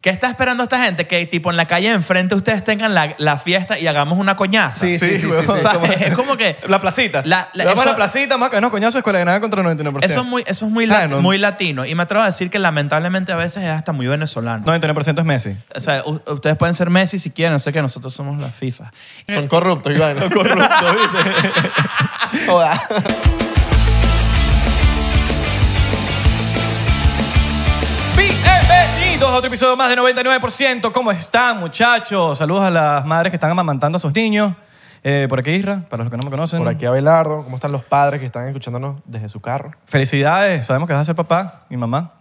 ¿Qué está esperando esta gente? Que tipo en la calle de enfrente ustedes tengan la, la fiesta y hagamos una coñaza. Sí, sí, sí, sí, O sí, sea, como- es como que... La placita. La- la- Vamos a eso- la placita, más que no, coñazo, escuela de nada contra el 99%. Eso es muy, eso es muy, ¿Saben? lati- muy latino. Y me atrevo a decir que lamentablemente a veces es hasta muy venezolano. 99% es Messi. O sea, u- ustedes pueden ser Messi si quieren. sé que nosotros somos la FIFA. Son corruptos, Iván. Corrupto, ¿viste? Joda. Bienvenidos a otro episodio más de 99%. ¿Cómo están, muchachos? Saludos a las madres que están amamantando a sus niños. Eh, por aquí, Isra, para los que no me conocen. Por aquí Abelardo, ¿cómo están los padres que están escuchándonos desde su carro? Felicidades, sabemos que vas a ser papá y mamá.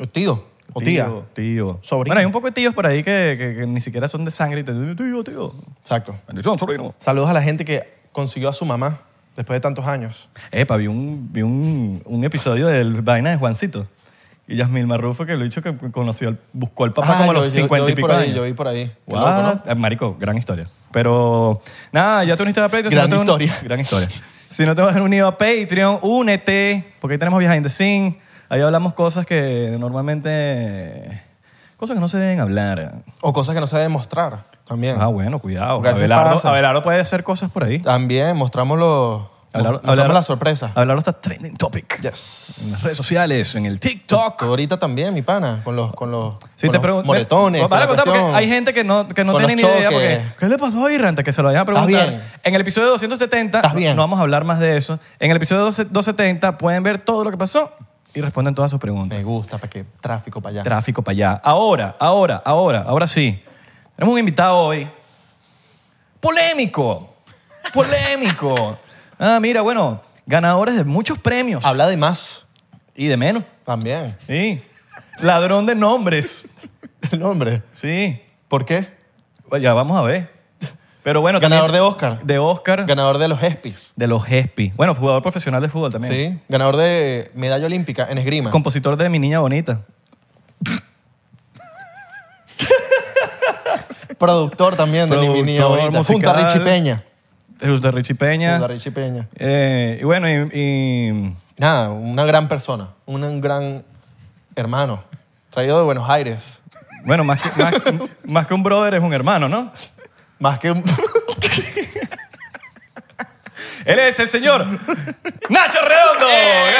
O Tío. O tía. Tío, tío. Sobrino. Bueno, hay un poco de tíos por ahí que, que- que ni siquiera son de sangre y te dicen, tío, tío. Exacto. Bendición, sobrino. Saludos a la gente que consiguió a su mamá después de tantos años. Epa, vi un, vi un, un episodio del vaina de Juancito. Y Yasmil Marrufo, que lo dicho que conoció, al- buscó al papá Ah, como a yo- los yo- yo 50 vi y pico por ahí, años. yo vi por ahí. Qué What? loco, ¿no? Eh, Marico, gran historia. Pero nada, ya te uniste a Patreon. Gran te- historia. gran historia. Si no te vas unido a Patreon, únete, porque ahí tenemos Behind the Scene. Ahí hablamos cosas que normalmente... Cosas que no se deben hablar. O cosas que no se deben mostrar también. Ah, bueno, cuidado. Porque a veces Abelardo, pasa. Abelardo puede hacer cosas por ahí. También mostramos los... Abelardo- mostramos Abelardo- la sorpresa. Abelardo está trending topic. Yes. En las redes sociales, en el TikTok. Tú ahorita también, mi pana, con los, con los, Sí, con te los pregunto. moretones. con Vale, la contar porque cuestión. hay gente que no, que no Con tiene los ni idea. choques. Porque, ¿Qué le pasó a Irranta? Que se lo vayan a preguntar. bien? En el episodio 270, ¿Estás bien? no vamos a hablar más de eso. En el episodio 12- 270 pueden ver todo lo que pasó y responden todas sus preguntas. Me gusta, para que tráfico para allá. Tráfico para allá. Ahora, ahora, ahora, ahora sí. Tenemos un invitado hoy. Polémico. Polémico. ah, mira, bueno, ganadores de muchos premios. Habla de más Y de menos. también. Sí. Ladrón de nombres. El nombre. Sí. ¿Por qué? Bueno, Ya vamos a ver. Pero bueno, Ganador también- de Oscar. De Oscar. Ganador de los ESPYs. de los ESPY. Bueno, jugador profesional de fútbol también. Sí. Ganador de medalla olímpica en esgrima. Compositor de Mi Niña Bonita. Productor también de Productor Mi Niña Bonita. Junto a musical. Richie Peña. De de Richie Peña. Junto a Richie Peña. Eh, y bueno, y, y- Nada, una gran persona. Un, un gran hermano. Traído de Buenos Aires. bueno más, que, más, más que un brother es un hermano, ¿no? Más que un... Él es el señor Nacho Redondo.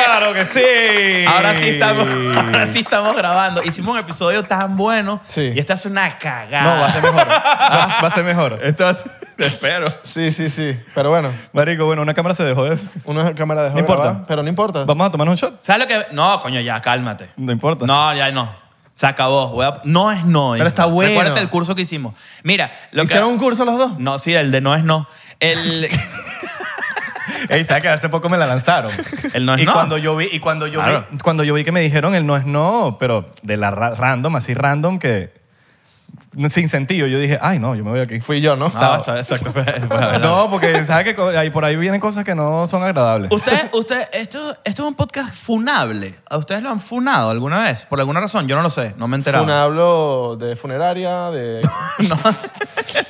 Claro que sí. Ahora sí, estamos, ahora sí estamos grabando. Hicimos un episodio tan bueno Sí. y esta es una cagada. No, va a ser mejor. Va, va a ser mejor. Entonces, te espero. Sí, sí, sí. Pero bueno, Marico, bueno, una cámara se dejó de... una cámara dejó No importa. grabar, pero no importa. Vamos a tomarnos un shot. ¿Sabes lo que.? No, coño, ya, cálmate. No importa. No, ya no. Se acabó. Voy a- No es no. Pero hijo. está bueno. Recuérdate el curso que hicimos. Mira, lo ¿Hicieron que. un curso los dos? No, sí, el de no es no. El, Ey, ¿sabes que hace poco me la lanzaron? El no es y no. Cuando yo vi, y cuando yo, Claro. vi, cuando yo vi que me dijeron el no es no, pero de la ra- random, así random, que sin sentido, yo dije, ay, no, yo me voy aquí. Fui yo, ¿no? Ah, está- exacto. fue- fue la verdad. No, porque sabes que co- ahí- por ahí vienen cosas que no son agradables. Usted, usted, esto, esto es un podcast funable. ¿A ustedes lo han funado alguna vez? Por alguna razón, yo no lo sé, no me he enterado. Una hablo de funeraria, de... No,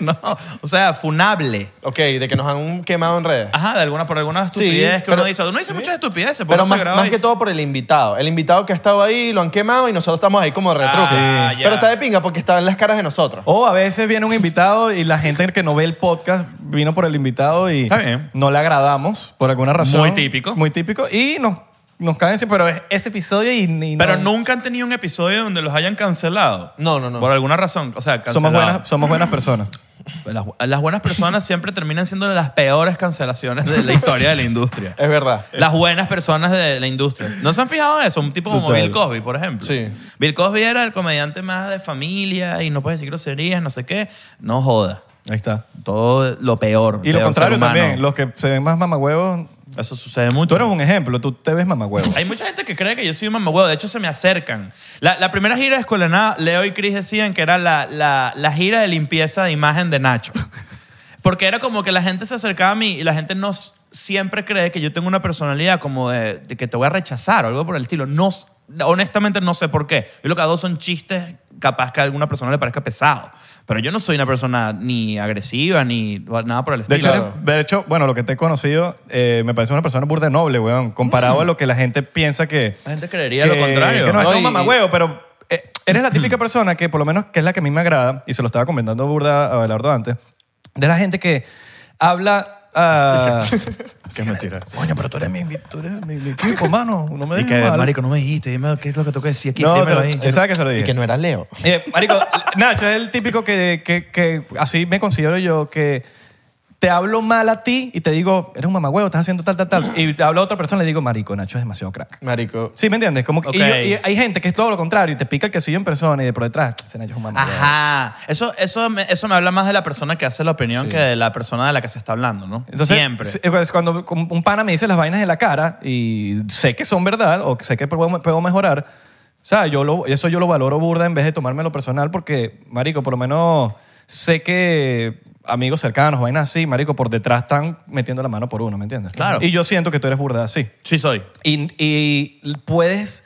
no, o sea, funable. Ok, de que nos han quemado en redes. Ajá, de alguna, por alguna estupidez que pero- uno dice. Uno dice muchas estupideces, por Pero eso más, graba más y- que todo por el invitado. El invitado que ha estado ahí, lo han quemado y nosotros estamos ahí como de retruque. Ah, Sí. ya. Oh. Pero está de pinga porque está en las caras de nosotros. O a veces viene un invitado y la gente que no ve el podcast vino por el invitado y Está bien. no le agradamos por alguna razón. Muy típico. Muy típico. Y nos, nos caen siempre, pero es ese episodio y, y Pero no- nunca han tenido un episodio donde los hayan cancelado. No, no, no. Por alguna razón. O sea, somos cancelado. buenas, somos buenas personas. Las, las buenas personas siempre terminan siendo las peores cancelaciones de la historia de la industria. Es verdad. Las buenas personas de la industria. ¿No se han fijado en eso? Un tipo como Total. Bill Cosby, por ejemplo. Sí. Bill Cosby era el comediante más de familia y no puede decir groserías, no sé qué. No joda. Ahí está. Todo lo peor. Y peor lo ser contrario humano. también, los que se ven más mamagüevos. Eso sucede mucho. Tú eres un ejemplo, tú te ves mamagüevo. Hay mucha gente que cree que yo soy un mamagüevo. De hecho, se me acercan. La, la primera gira de Escuela de Nada, Leo y Chris decían que era la, la- la gira de limpieza de imagen de Nacho. Porque era como que la gente se acercaba a mí y la gente no s- siempre cree que yo tengo una personalidad como de, de que te voy a rechazar o algo por el estilo. No, s- honestamente no sé por qué. Yo lo que hago son chistes capaz que a alguna persona le parezca pesado. Pero yo no soy una persona ni agresiva ni nada por el De estilo. hecho, Claro. eres- de hecho, bueno, lo que te he conocido eh, me parece una persona burda de noble, weón, comparado a lo que la gente piensa que... La gente creería lo contrario. Que no, es No, un y- mamagüevo, pero eh, eres la típica persona que, por lo menos, que es la que a mí me agrada, y se lo estaba comentando burda a Belardo antes, de la gente que habla... ah, Qué mentira. Coño, pero tú eres mi, tú eres mi, mi equipo, mano. No me Y dejes que, mal. marico, no me dijiste, dime qué es lo que tengo que decir aquí, No, dímelo pero- ahí. ¿sabes que se lo dije? Y que no era Leo. Eh, marico, Nacho es el típico que, que- que así me considero yo, que te hablo mal a ti y te digo, eres un mamagüevo, estás haciendo tal, tal, tal. Y te hablo a otra persona y le digo, marico, Nacho es demasiado crack. Marico. ¿Sí me entiendes? Como que, y Ok. yo- y hay gente que es todo lo contrario y te pica el quesillo en persona y de por detrás, ese Nacho es un mamagüevo. Ajá. Eso, eso, me, eso me habla más de la persona que hace la opinión Sí. que de la persona de la que se está hablando, ¿no? Entonces, Siempre. sí, pues, cuando como un pana me dice las vainas en la cara y sé que son verdad o que sé que puedo, puedo mejorar, o sea, yo lo, eso yo lo valoro burda en vez de tomármelo personal porque, marico, por lo menos sé que amigos cercanos, vainas así, marico, por detrás están metiendo la mano por uno, ¿me entiendes? Claro. Y yo siento que tú eres burda así. Sí soy. Y, y puedes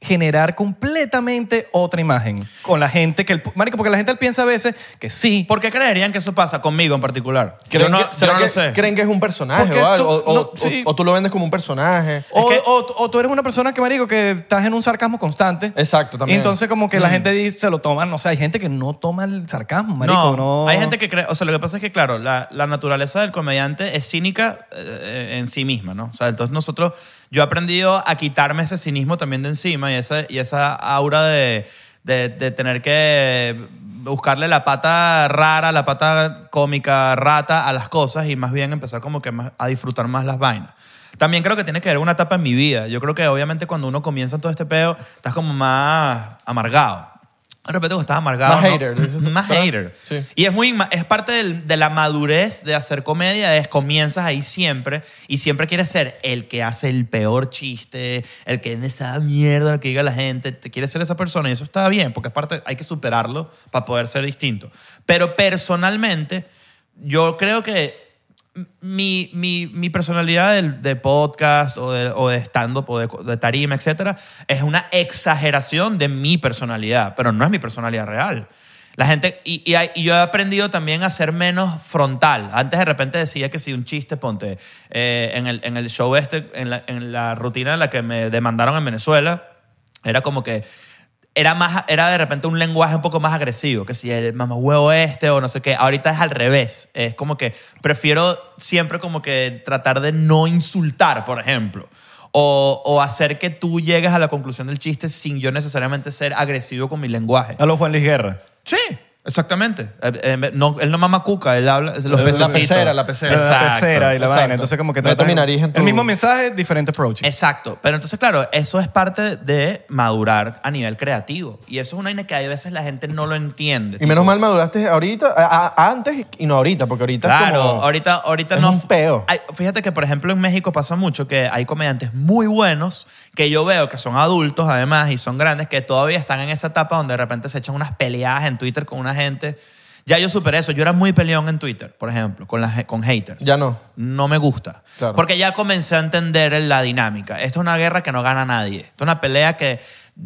generar completamente otra imagen con la gente que... El, marico, porque la gente piensa a veces que sí, ¿Por qué creerían que eso pasa conmigo en particular? Yo ¿Creen, no, que, yo ¿creen, no que, lo sé. creen que es un personaje Porque o algo? tú- o, no, o- sí. o tú lo vendes como un personaje. O, que- o- o tú eres una persona que, marico, que estás en un sarcasmo constante. Exacto, también. Mm. Y entonces como que la gente dice, se lo toman, no sé, hay gente que no toma el sarcasmo, marico, no. Hay gente que cree, o sea, lo que pasa es que, claro, la, la naturaleza del comediante es cínica eh, en sí misma, ¿no? O sea, entonces nosotros, yo he aprendido a quitarme ese cinismo también de encima y esa, y esa aura de, de- de tener que buscarle la pata rara, la pata cómica, rata a las cosas y más bien empezar como que más- a disfrutar más las vainas. También creo que tiene que haber una etapa en mi vida. Yo creo que obviamente cuando uno comienza todo este pedo, estás como más amargado. De repente cuando estás amargado... Más ¿no? hater, dices tú, Más ¿sabes? hater. Sí. Y es muy inma- es parte del- de la madurez de hacer comedia, es comienzas ahí siempre y siempre quieres ser el que hace el peor chiste, el que en esa mierda lo que diga la gente, te quieres ser esa persona y eso está bien, porque es parte hay que superarlo para poder ser distinto. Pero personalmente yo creo que mi, mi, mi personalidad del- de, podcast o de, o de stand-up o de, de tarima, etcétera, es una exageración de mi personalidad, pero no es mi personalidad real. La gente, y, y hay- y yo he aprendido también a ser menos frontal. Antes de repente decía que si un chiste, ponte, eh, en, el, en el show este, en la, en la rutina en la que me demandaron en Venezuela, era como que era más era de repente un lenguaje un poco más agresivo que si el mamahuevo este o no sé qué ahorita es al revés es como que prefiero siempre como que tratar de no insultar por ejemplo o, o hacer que tú llegues a la conclusión del chiste sin yo necesariamente ser agresivo con mi lenguaje A los Juan Luis Guerra. sí exactamente Eh, eh, no, él no mama cuca él habla los La pececitos. pecera, la pecera. Exacto. La pecera y la exacto. vaina. Entonces como que Meto tratan- mi nariz en tu- El mismo mensaje, diferente approach. Exacto. Pero entonces, claro, eso es parte de madurar a nivel creativo. Y eso es una vaina que a veces la gente no lo entiende. Y menos mal maduraste ahorita, a- a- antes y no ahorita, porque ahorita es Claro, como- ahorita, ahorita es no. un peo. Hay- fíjate que, por ejemplo, en México pasa mucho que hay comediantes muy buenos que yo veo que son adultos, además, y son grandes, que todavía están en esa etapa donde de repente se echan unas peleadas en Twitter con una gente. Ya yo superé eso. Yo era muy peleón en Twitter, por ejemplo, con, las, con haters. Ya no. No me gusta. Claro. Porque ya comencé a entender la dinámica. Esto es una guerra que no gana nadie. Esto es una pelea que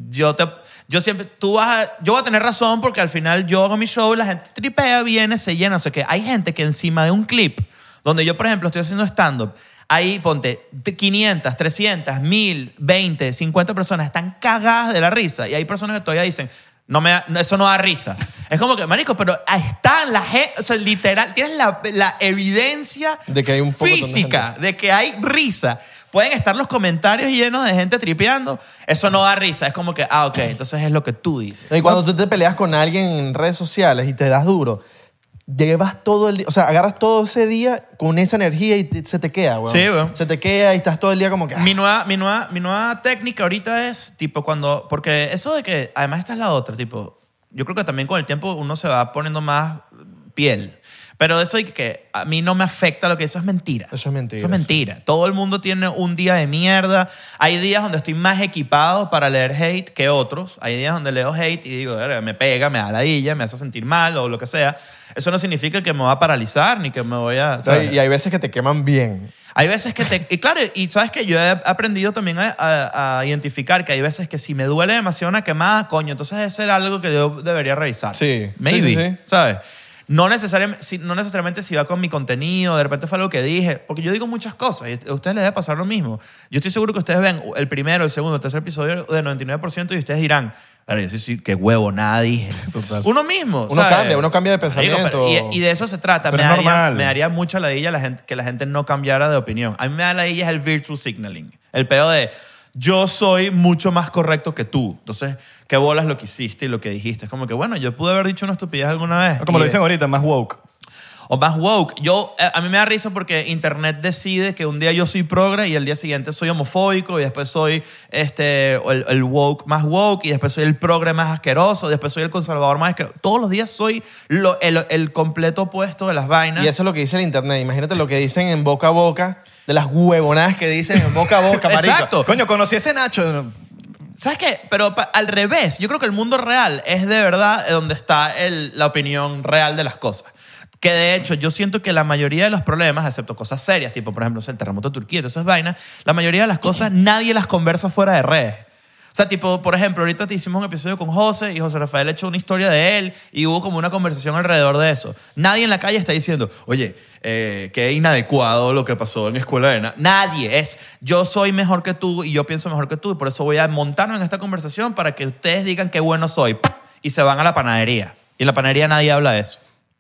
yo te... Yo siempre, tú vas a, yo voy a tener razón porque al final yo hago mi show, la gente tripea, viene, se llena, o sea que hay gente que encima de un clip, donde yo por ejemplo estoy haciendo stand-up, ahí ponte te- 500, 300, 1000, 20, 50 personas están cagadas de la risa y hay personas que todavía dicen, no me da- no, eso no da risa. Es como que, marico, pero ahí está la gente, o sea, literal, tienes la, la evidencia De que hay un pocotón de física de que hay risa. Pueden estar los comentarios llenos de gente tripeando. Eso no da risa. Es como que, ah, ok, entonces es lo que tú dices. Y cuando tú te peleas con alguien en redes sociales y te das duro, llevas todo el día, o sea, agarras todo ese día con esa energía y te- se te queda, weón. Sí, weón. Se te queda y estás todo el día como que... ah, Mi nueva, mi, nueva, mi nueva técnica ahorita es, tipo, cuando. Porque eso de que. Además, esta es la otra, tipo. Yo creo que también con el tiempo uno se va poniendo más piel. Pero eso de que a mí no me afecta lo que eso es mentira. Eso es mentira, Eso es mentira. Todo el mundo tiene un día de mierda. Hay días donde estoy más equipado para leer hate que otros. Hay días donde leo hate y digo, "Verga, me pega, me da ladilla, me hace sentir mal o lo que sea. Eso no significa que me va a paralizar ni que me voy a... o sea, ¿sabes? y hay veces que te queman bien. Hay veces que te... Y claro, y sabes que yo he aprendido también a, a- a identificar que hay veces que si me duele demasiado una quemada, coño, entonces eso era algo que yo debería revisar. Sí, sí, Maybe, sí, sí. ¿sabes? No necesariamente, si, no necesariamente si va con mi contenido, de repente fue algo que dije, porque yo digo muchas cosas y a ustedes les debe pasar lo mismo. Yo estoy seguro que ustedes ven el primero, el segundo, el tercer episodio de 99% y ustedes dirán, "Claro, yo sí, sí, qué huevo, nada dije. Uno mismo. Uno cambia, uno cambia de pensamiento. pero- y, y de eso se trata. Pero me, es daría, normal. me daría mucha ladilla la gente, que la gente no cambiara de opinión. A mí me da ladilla es el virtual signaling. El pedo de yo soy mucho más correcto que tú. Entonces, ¿qué bolas lo que hiciste y lo que dijiste? Es como que, bueno, yo pude haber dicho una estupidez alguna vez. Ah, Como lo Y- dicen ahorita, más woke. o más woke. Yo, eh, a mí me da risa porque Internet decide que un día yo soy progre y el día siguiente soy homofóbico y después soy este, el, el woke más woke y después soy el progre más asqueroso y después soy el conservador más asqueroso. Todos los días soy lo- el, el completo opuesto de las vainas. Y eso es lo que dice el internet. Imagínate lo que dicen en boca a boca, de las huevonadas que dicen en boca a boca, marico. Exacto. Coño, conocí a ese Nacho. ¿Sabes qué? Pero pa- al revés, yo creo que el mundo real es de verdad donde está el- la opinión real de las cosas. Que de hecho, yo siento que la mayoría de los problemas, excepto cosas serias, tipo por ejemplo o sea, el terremoto de Turquía, todas esas vainas, la mayoría de las cosas nadie las conversa fuera de redes. O sea, tipo, por ejemplo, ahorita te hicimos un episodio con José y José Rafael echó una historia de él y hubo como una conversación alrededor de eso. Nadie en la calle está diciendo, oye, eh, qué inadecuado lo que pasó en Escuela de Na-". Nadie. Es, yo soy mejor que tú y yo pienso mejor que tú y por eso voy a montarme en esta conversación para que ustedes digan qué bueno soy. ¡Pah! Y se van a la panadería. Y en la panadería nadie habla de eso.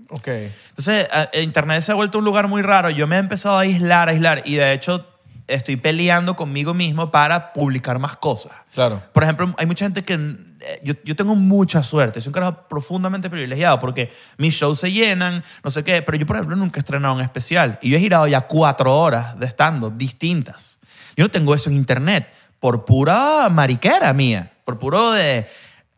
Ok. Entonces, a- el Internet se ha vuelto un lugar muy raro. Yo me he empezado a aislar, a aislar. Y de hecho, estoy peleando conmigo mismo para publicar más cosas. Claro. Por ejemplo, hay mucha gente que... eh, Yo, yo tengo mucha suerte. Soy un carajo profundamente privilegiado porque mis shows se llenan, no sé qué. Pero yo, por ejemplo, nunca he estrenado un especial. Y yo he girado ya cuatro horas de stand-up distintas. Yo no tengo eso en internet por pura mariquera mía. Por puro de...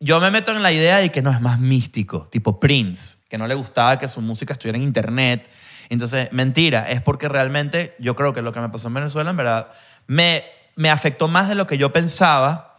Yo me meto en la idea de que no es más místico, tipo Prince, que no le gustaba que su música estuviera en internet. Entonces, mentira, es porque realmente yo creo que lo que me pasó en Venezuela, en verdad, me, me afectó más de lo que yo pensaba.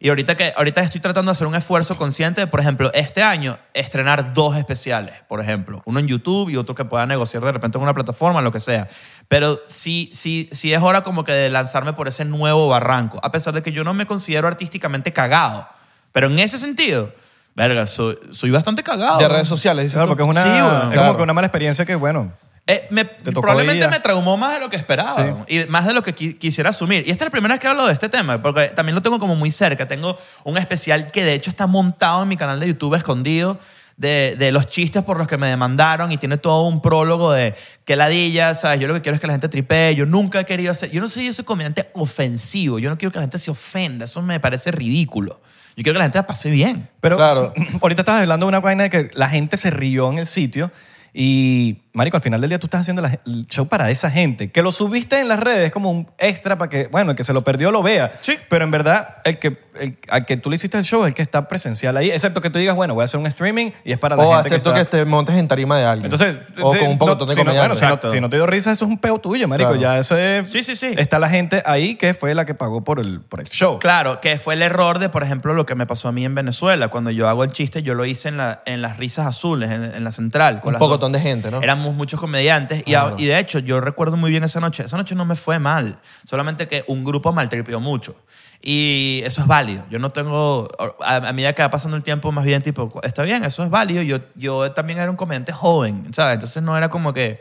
Y ahorita, que, ahorita estoy tratando de hacer un esfuerzo consciente de, por ejemplo, este año estrenar dos especiales, por ejemplo. Uno en YouTube y otro que pueda negociar de repente en una plataforma, lo que sea. Pero sí, sí, sí es hora como que de lanzarme por ese nuevo barranco. A pesar de que yo no me considero artísticamente cagado. Pero en ese sentido, verga, soy, soy bastante cagado. De redes sociales, dices Claro, tú. porque es una. Sí, bueno, es claro. como que una mala experiencia que, bueno. Eh, me- tocó probablemente ella. me traumó más de lo que esperaba y más de lo que qui- quisiera asumir. Y esta es la primera vez que hablo de este tema, porque también lo tengo como muy cerca. Tengo un especial que de hecho está montado en mi canal de YouTube escondido. De, de los chistes por los que me demandaron y tiene todo un prólogo de que ladilla, ¿sabes? Yo lo que quiero es que la gente tripee, yo nunca he querido hacer, yo no soy ese comediante ofensivo, yo no quiero que la gente se ofenda, eso me parece ridículo. Yo quiero que la gente la pase bien. Pero Claro. ahorita estabas hablando de una vaina de que la gente se rió en el sitio y, marico, al final del día tú estás haciendo la- el show para esa gente. Que lo subiste en las redes es como un extra para que, bueno, el que se lo perdió lo vea. Sí. Pero en verdad, el que, el- al que tú le hiciste el show es el que está presencial ahí. Excepto que tú digas, bueno, voy a hacer un streaming y es para la O gente acepto que que, está... te montes en tarima de alguien. Entonces, o sí, con un poco no, de si no, bueno, comediante. si no- Exacto. si no te dio risa, eso es un peo tuyo, marico. Claro. Ya eso es... Sí, sí, sí. Está la gente ahí que fue la que pagó por el, por el show. Claro, que fue el error de, por ejemplo, lo que me pasó a mí en Venezuela. Cuando yo hago el chiste, yo lo hice en, la- en las risas azules, en, en la central. Un las pocotón dos- de gente, ¿no? Éramos muchos comediantes y, a- Claro. y de hecho yo recuerdo muy bien esa noche. Esa noche no me fue mal, solamente que un grupo maltripió mucho. Y eso es válido. Yo no tengo, a, a medida que va pasando el tiempo, más bien tipo, está bien, eso es válido. Yo, yo también era un comediante joven, ¿sabes? Entonces no era como que...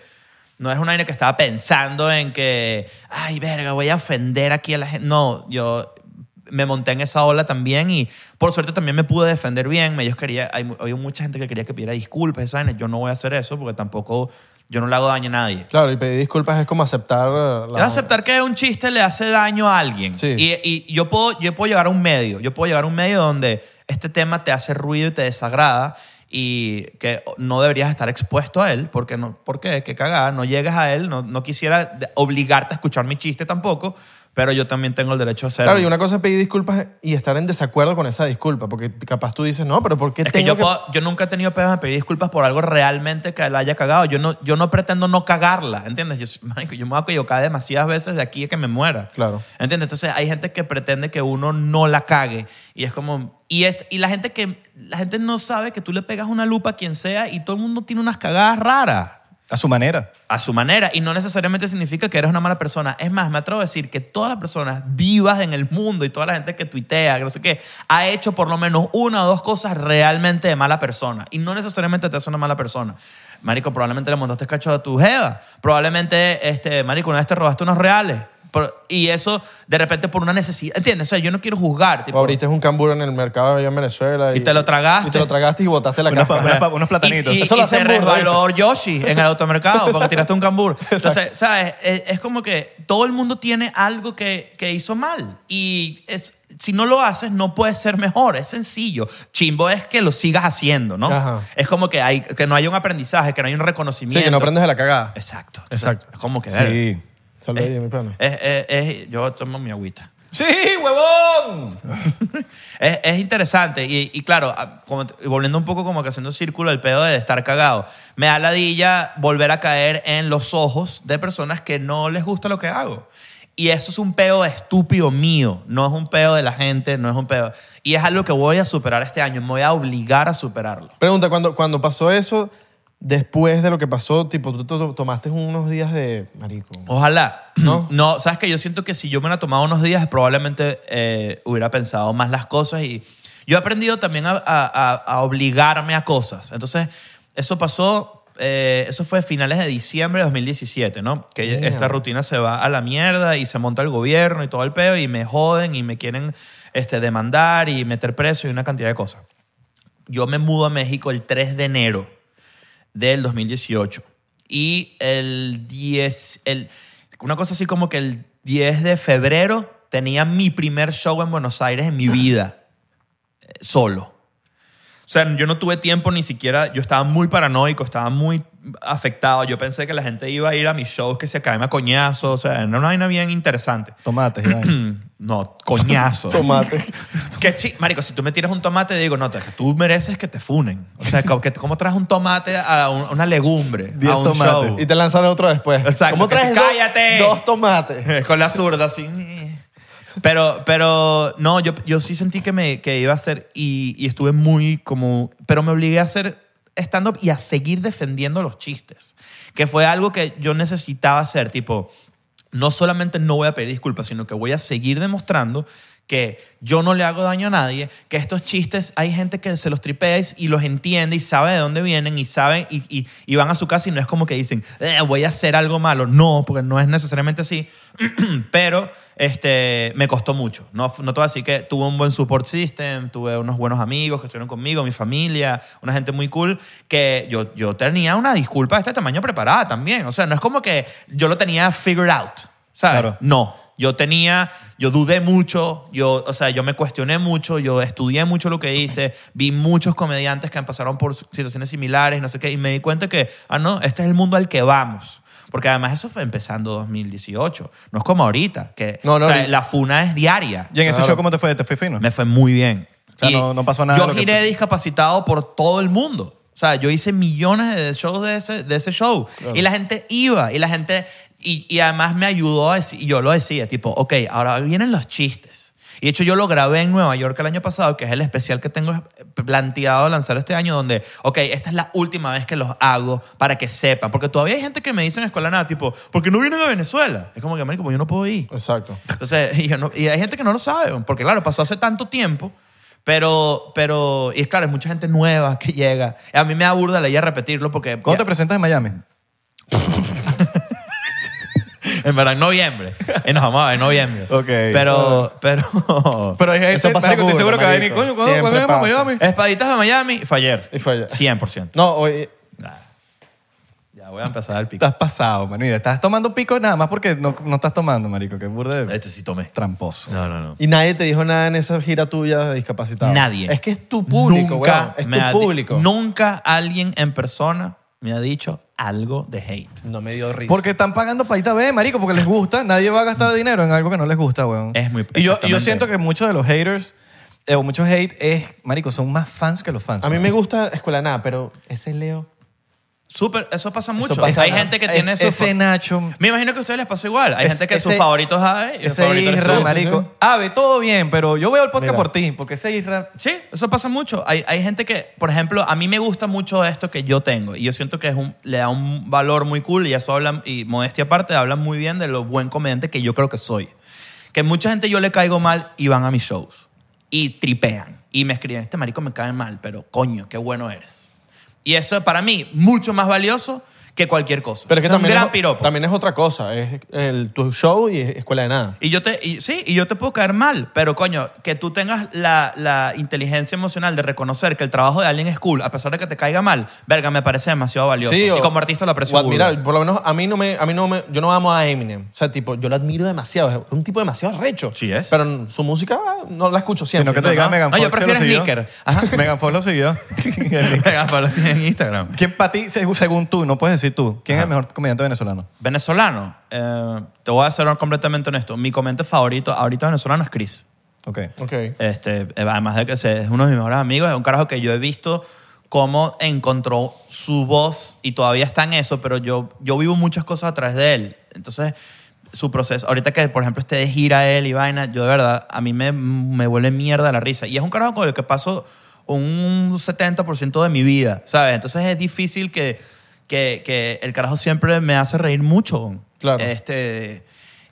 No es una vaina que estaba pensando en que, ay, verga, voy a ofender aquí a la gente. No, yo me monté en esa ola también y por suerte también me pude defender bien. Ellos quería, hay, mu- había mucha gente que quería que pidiera disculpas, esa vaina. Yo no voy a hacer eso porque tampoco, yo no le hago daño a nadie. Claro, y pedir disculpas es como aceptar. eh, la- Es aceptar que un chiste le hace daño a alguien. Sí. Y, y yo, puedo, yo puedo llegar a un medio. Yo puedo llegar a un medio donde este tema te hace ruido y te desagrada y que no deberías estar expuesto a él. Porque no, ¿Por qué? Qué cagada. No llegas a él. No, no quisiera de- obligarte a escuchar mi chiste tampoco. Pero yo también tengo el derecho a hacerlo. Claro, y una cosa es pedir disculpas y estar en desacuerdo con esa disculpa, porque capaz tú dices, no, pero ¿por qué es que tengo yo, que- puedo- yo nunca he tenido pegas de pedir disculpas por algo realmente que la haya cagado. Yo no, yo no pretendo no cagarla, ¿entiendes? Yo, soy- marico, yo me voy a equivocar demasiadas veces de aquí a que me muera. Claro. ¿Entiendes? Entonces hay gente que pretende que uno no la cague y es como... Y, es- y la gente que... La gente no sabe que tú le pegas una lupa a quien sea y todo el mundo tiene unas cagadas raras. A su manera. a su manera y no necesariamente significa que eres una mala persona. Es más, me atrevo a decir que todas las personas vivas en el mundo y toda la gente que tuitea, que no sé qué, ha hecho por lo menos una o dos cosas realmente de mala persona y no necesariamente te hace una mala persona. Marico, probablemente le montaste cacho a tu jeva, probablemente este marico una vez te robaste unos reales. Pero- y eso de repente por una necesidad, ¿entiendes? O sea, yo no quiero juzgar, tipo, O abriste un camburo en el mercado allá en Venezuela. Y te lo tragaste. Y te lo tragaste y botaste la Unos cáscara. pa- unos pa- unos platanitos. Y, y- Eso lo y hacen se burro, resbaló Yoshi en el automercado porque tiraste un cambur. Entonces, ¿sabes? Es, es como que todo el mundo tiene algo que, que hizo mal. Y es, si no lo haces, no puedes ser mejor. Es sencillo. Chimbo es que lo sigas haciendo, ¿no? Ajá. Es como que, hay, que no hay un aprendizaje, que no hay un reconocimiento. Sí, que no aprendes de la cagada. Exacto. Exacto. Es como que... verga. Sí. Salve mi pana. Es- es- es- yo tomo mi agüita. ¡Sí, huevón! Es, es interesante y, y claro, a- como te- volviendo un poco como que haciendo círculo el pedo de estar cagado, me da ladilla volver a caer en los ojos de personas que no les gusta lo que hago. Y eso es un pedo estúpido mío, no es un pedo de la gente, no es un pedo. Y es algo que voy a superar este año, me voy a obligar a superarlo. Pregunta, cuando, cuando pasó eso, después de lo que pasó, tipo, tú to- tomaste unos días de marico. Ojalá. ¿No? No. sabes que yo siento que si yo me hubiera tomado unos días, probablemente eh, hubiera pensado más las cosas y yo he aprendido también a, a- a- a obligarme a cosas. Entonces, eso pasó, eh, eso fue finales de diciembre de 2017, ¿no? Que Mierda. esta rutina se va a la mierda y se monta el gobierno y todo el peo y me joden y me quieren este, demandar y meter preso y una cantidad de cosas. Yo me mudo a México el 3 de enero del 2018. Y el 10, el, una cosa así como que el 10 de febrero tenía mi primer show en Buenos Aires en mi vida, eh, solo. O sea, yo no tuve tiempo ni siquiera, yo estaba muy paranoico, estaba muy afectado. Yo pensé que la gente iba a ir a mis shows que se caen a coñazos, o sea, era una vaina bien interesante. Tomates, ya. No, coñazo. Tomate. Qué chi- Marico, si tú me tiras un tomate, digo, no, es que tú mereces que te funen. O sea, como que- ¿cómo traes un tomate a un- una legumbre? Diez a un tomates. show? y te lanzaron otro después. Exacto, ¿Cómo que traes sí, dos- cállate. Dos, tomates. Con la zurda, así. Pero, pero no, yo, yo sí sentí que, me, que iba a ser y, y estuve muy como... Pero me obligué a hacer stand-up y a seguir defendiendo los chistes, que fue algo que yo necesitaba hacer, tipo, no solamente no voy a pedir disculpas, sino que voy a seguir demostrando que yo no le hago daño a nadie, que estos chistes hay gente que se los tripea y- y los entiende y sabe de dónde vienen y saben y, y- y van a su casa y no es como que dicen, "Eh, voy a hacer algo malo. No, porque no es necesariamente así. Pero este, me costó mucho. No, fu- no todo así que tuve un buen support system, tuve unos buenos amigos que estuvieron conmigo, mi familia, una gente muy cool, que yo, yo tenía una disculpa de este tamaño preparada también. O sea, no es como que yo lo tenía figured out. ¿sabes? Claro. No. Yo tenía, yo dudé mucho, yo, o sea, yo me cuestioné mucho, yo estudié mucho lo que hice, vi muchos comediantes que pasaron por situaciones similares, no sé qué, y me di cuenta que, ah, no, este es el mundo al que vamos. Porque además eso fue empezando 2018, no es como ahorita, que No, no, o sea, ni- la funa es diaria. ¿Y en ese Claro. show cómo te fue? ¿Te fue fino? Me fue muy bien. O sea, Y no- no pasó nada de Yo lo que giré tú- discapacitado por todo el mundo. O sea, yo hice millones de shows de ese, de ese show. Y la gente iba, y la gente. Y, y además me ayudó a decir, y yo lo decía, tipo, ok, ahora vienen los chistes. Y de hecho, yo lo grabé en Nueva York el año pasado, que es el especial que tengo planteado lanzar este año, donde, ok, esta es la última vez que los hago para que sepan. Porque todavía hay gente que me dice en escuela nada, tipo, ¿por qué no vienen a Venezuela? Es como que, marico, pues yo no puedo ir. Exacto. Entonces, y, yo no- y hay gente que no lo sabe, porque claro, pasó hace tanto tiempo, pero, pero y es claro, es mucha gente nueva que llega. A mí me da burda la idea de repetirlo porque ¿Cómo te presentas en Miami? en verdad en noviembre. Y nos vamos a ver en noviembre. Ok. Pero, pero... Pero hay Eso gente, pasa marico, estoy seguro burda, que va a venir. Coño, marico. ¿cuándo Siempre cuándo vamos a pasa. Miami? Espaditas de Miami y fue ayer. Y fue ayer. 100%. No, oye, Nah. Ya voy a empezar el pico. Estás pasado, man. Mira, estás tomando pico nada más porque no, no estás tomando, marico. Qué burda de Este sí tomé. tramposo. No, no, no. y nadie te dijo nada en esa gira tuya de discapacitado. Nadie. Es que es tu público, Nunca weón. Es me ha tu di- público. Nunca alguien en persona me ha dicho algo de hate. No me dio risa. Porque están pagando para ir a ver, marico, porque les gusta. Nadie va a gastar dinero en algo que no les gusta, weón. Es muy- y yo, y yo exactamente. siento que muchos de los haters, eh, o muchos hate, es, marico, son más fans que los fans. A mí me gusta Escuela de Nada, pero ese Leo. Súper, eso pasa mucho. pasa. Hay gente que tiene Es- su- Ese Nacho. Me imagino que a ustedes les pasó igual. Hay Es- gente que sus ese- favoritos hay y los Ese favoritos eres Isra, tú. marico. sí. Ave, todo bien, pero yo veo el podcast Mira. por ti, porque ese Isra... Sí, eso pasa mucho. Hay, hay gente que, por ejemplo, a mí me gusta mucho esto que yo tengo y yo siento que es un, le da un valor muy cool y eso hablan, y modestia aparte, hablan muy bien de lo buen comediante que yo creo que soy. Que mucha gente yo le caigo mal y van a mis shows y tripean y me escriben, este marico me cae mal, pero coño, qué bueno eres. Y eso es para mí mucho más valioso que cualquier cosa. Pero es que Eso es un también, gran es, piropo. también es otra cosa. Es el, tu show y es escuela de nada. Y yo te, y- sí, y yo te puedo caer mal, pero coño, que tú tengas la, la inteligencia emocional de reconocer que el trabajo de alguien es cool, a pesar de que te caiga mal, verga, me parece demasiado valioso. Sí, o- y como artista lo aprecio. o burda. admirar. Por lo menos a mí no me, a mí no me, yo no amo a Eminem. O sea, tipo, yo lo admiro demasiado. Es un tipo demasiado recho. Sí es. Pero su música ah, no la escucho Sino siempre. que te diga ¿no? Megan No, Fox. yo prefiero que lo siguió. sneaker. Ajá. Megan Fox lo siguió. Venga, Pablo, sí, en Instagram. ¿Quién para ti, seg- según tú, no puedes decir tú, quién es el mejor comediante venezolano? Venezolano, eh, te voy a ser completamente honesto. Mi comediante favorito ahorita venezolano es Chris. Ok. Ok. Este, eh, además de que se- es uno de mis mejores amigos, es un carajo que yo he visto cómo encontró su voz y todavía está en eso, pero yo, yo vivo muchas cosas a través de él. Entonces, su proceso, ahorita que por ejemplo esté de gira él y vaina, yo de verdad, a mí me, me vuelve mierda la risa. Y es un carajo con el que paso un 70% de mi vida, ¿sabes? Entonces es difícil que, que, que el carajo siempre me hace reír mucho. Claro. Eh, este,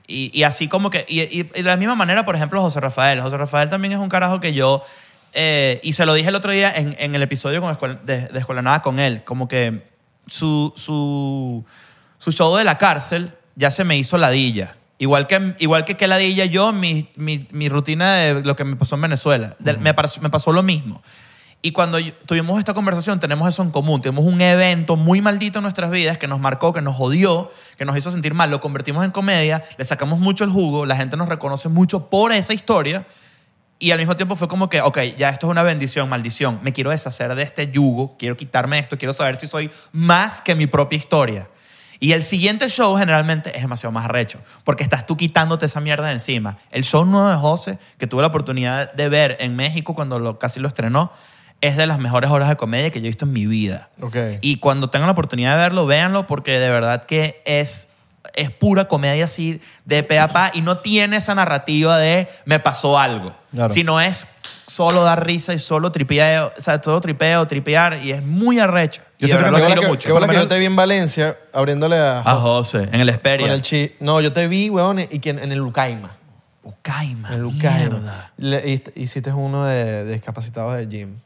y, y así como que. Y, y- y de la misma manera, por ejemplo, José Rafael. José Rafael también es un carajo que yo. eh, y se lo dije el otro día en, en el episodio con Escuela- de, de Escuela Nada con él. Como que su, su, su show de la cárcel ya se me hizo ladilla. Igual que, igual que, que ladilla yo, mi, mi, mi rutina de lo que me pasó en Venezuela. De- me, pasó, me pasó lo mismo. Y cuando yo- tuvimos esta conversación, tenemos eso en común. Tenemos un evento muy maldito en nuestras vidas que nos marcó, que nos jodió, que nos hizo sentir mal. Lo convertimos en comedia, le sacamos mucho el jugo, la gente nos reconoce mucho por esa historia. Y al mismo tiempo fue como que, ok, ya esto es una bendición, maldición. Me quiero deshacer de este yugo, quiero quitarme esto, quiero saber si soy más que mi propia historia. Y el siguiente show generalmente es demasiado más recho, porque estás tú quitándote esa mierda de encima. El show nuevo de José, que tuve la oportunidad de ver en México cuando lo- casi lo estrenó, es de las mejores horas de comedia que yo he visto en mi vida. Ok. Y cuando tengan la oportunidad de verlo, véanlo porque de verdad que es, es pura comedia así de pe a pa y no tiene esa narrativa de me pasó algo, Claro. sino es solo dar risa y solo tripeo, o sea, todo tripeo, tripear y es muy arrecho. Y de Yo siento verdad que lo Qué bola admiro que, mucho. qué bola que Por lo yo te vi en Valencia abriéndole a, A José, en el con Esperia. el chi. No, yo te vi, weón, y que en, en el Lucaima. Ucaima, En el Lucaima. Ah, mierda. Le- hiciste- hiciste uno de, de discapacitados del gym.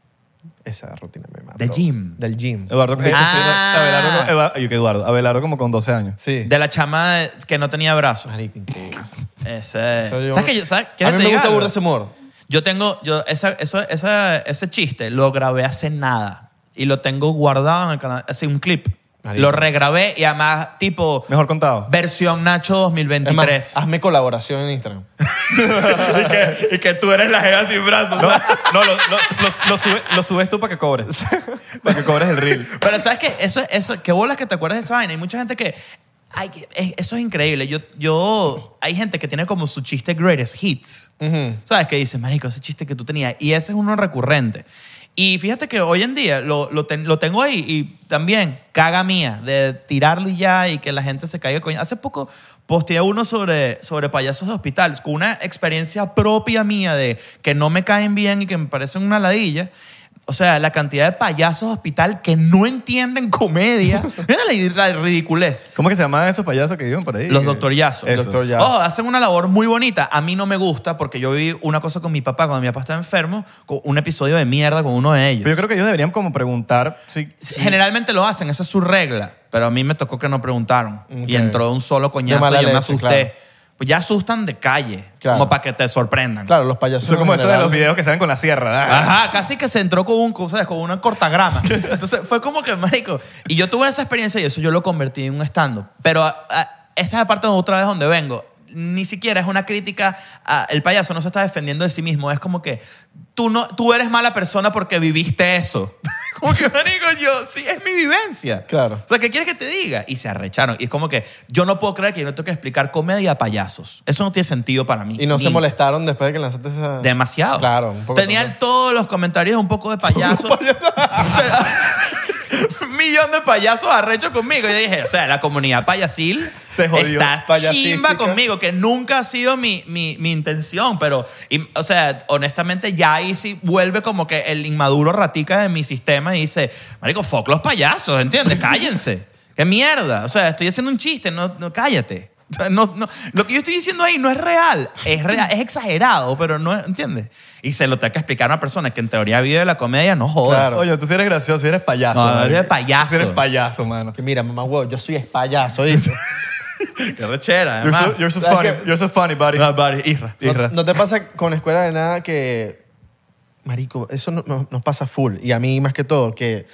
Esa rutina me mató. ¿Del gym? Del gym. Eduardo, Ah. Abelardo, Eva- yo que Eduardo, Abelardo como con 12 años. Sí. De la chama de- que no tenía brazos. Marico, increíble. Ese. O sea, yo- Eh. ¿Sabes qué? yo- ¿sabes? A ¿Quieres mí te me diga gusta algo? burda ese humor. Yo tengo, yo, esa, eso- esa- ese chiste lo grabé hace nada y lo tengo guardado en el canal, hace un clip. Marico. Lo regrabé y además tipo Mejor contado. versión Nacho Es más, 2023. hazme colaboración en Instagram. ah, y, que, y que tú eres la jeva sin brazos. No, ¿sabes? no, lo, lo- lo- lo sube- lo subes tú para que cobres. para que cobres el reel. Pero sabes que eso, eso, qué bolas que te acuerdas de esa vaina. Hay mucha gente que, ay, que- eh, eso es increíble. Yo, yo, hay gente que tiene como su chiste greatest hits. Ujú. ¿Sabes? Que dices, marico, ese chiste que tú tenías. Y ese es uno recurrente. Y fíjate que hoy en día lo, lo, ten- lo tengo ahí y también caga mía de tirarlo y ya y que la gente se caiga coño. Hace poco posteé uno sobre, sobre payasos de hospital con una experiencia propia mía de que no me caen bien y que me parecen una ladilla. O sea, la cantidad de payasos de hospital que no entienden comedia. Mira la id- la ridiculez. ¿Cómo que se llamaban esos payasos que viven por ahí? Los doctorillazos. Eso. Doctor- Ya. Ojo, hacen una labor muy bonita. A mí no me gusta porque yo vi una cosa con mi papá cuando mi papá estaba enfermo, con un episodio de mierda con uno de ellos. Pero yo creo que ellos deberían como preguntar si... si- Generalmente lo hacen, esa es su regla. Pero a mí me tocó que no preguntaron. Ok. Y entró un solo coñazo De mala y yo me leche, asusté. claro. Pues ya asustan de calle, Claro. como para que te sorprendan. Claro, los payasos. Son como en esos de general. los videos que salen con la sierra. Ah. Ajá, casi que se entró con un, con- ¿sabes? Con una cortagrama. Entonces fue como que, marico. Y yo tuve esa experiencia y eso yo lo convertí en un stand-up. Pero a- a- esa es la parte otra vez donde vengo. Ni siquiera es una crítica. a- el payaso no se está defendiendo de sí mismo. Es como que tú, no, tú eres mala persona porque viviste eso. Como que, marico, yo, sí, es mi vivencia. Claro. O sea, ¿qué quieres que te diga? Y se arrecharon. Y es como que yo no puedo creer que yo no tengo que explicar comedia a payasos. Eso no tiene sentido para mí. Y no se Ni- molestaron después de que lanzaste esa. Demasiado. Claro, un poco. Tenía todos los comentarios un poco de payaso. Millón cargando de payasos arrecho conmigo. Yo dije, o sea, la comunidad payasil Se jodió. está chimba Payasística. conmigo, que nunca ha sido mi, mi, mi intención, pero, y- o sea, honestamente, ya ahí sí vuelve como que el inmaduro ratica de mi sistema y dice, marico, fuck los payasos, ¿entiendes? Cállense. ¡Qué mierda! O sea, estoy haciendo un chiste, no, no cállate. O sea, no, no, lo que yo estoy diciendo ahí no es real, es real, es exagerado, pero no, es- ¿entiendes? Y se lo tengo que explicar a una persona que en teoría vive de la comedia, no jodas. Claro. Oye, tú sí eres gracioso, sí eres payaso. No, marico. eres payaso. Sí eres payaso, mano. Que mira, mamá, huevo, yo soy es payaso, ¿viste? Qué rechera, You're además. so, you're so ¿sabes funny, qué? you're so funny, buddy. Ah, vale, Isra. ¿No, Isra. no te pasa con Escuela de Nada que, marico, eso no- no- nos pasa full. Y a mí más que todo, que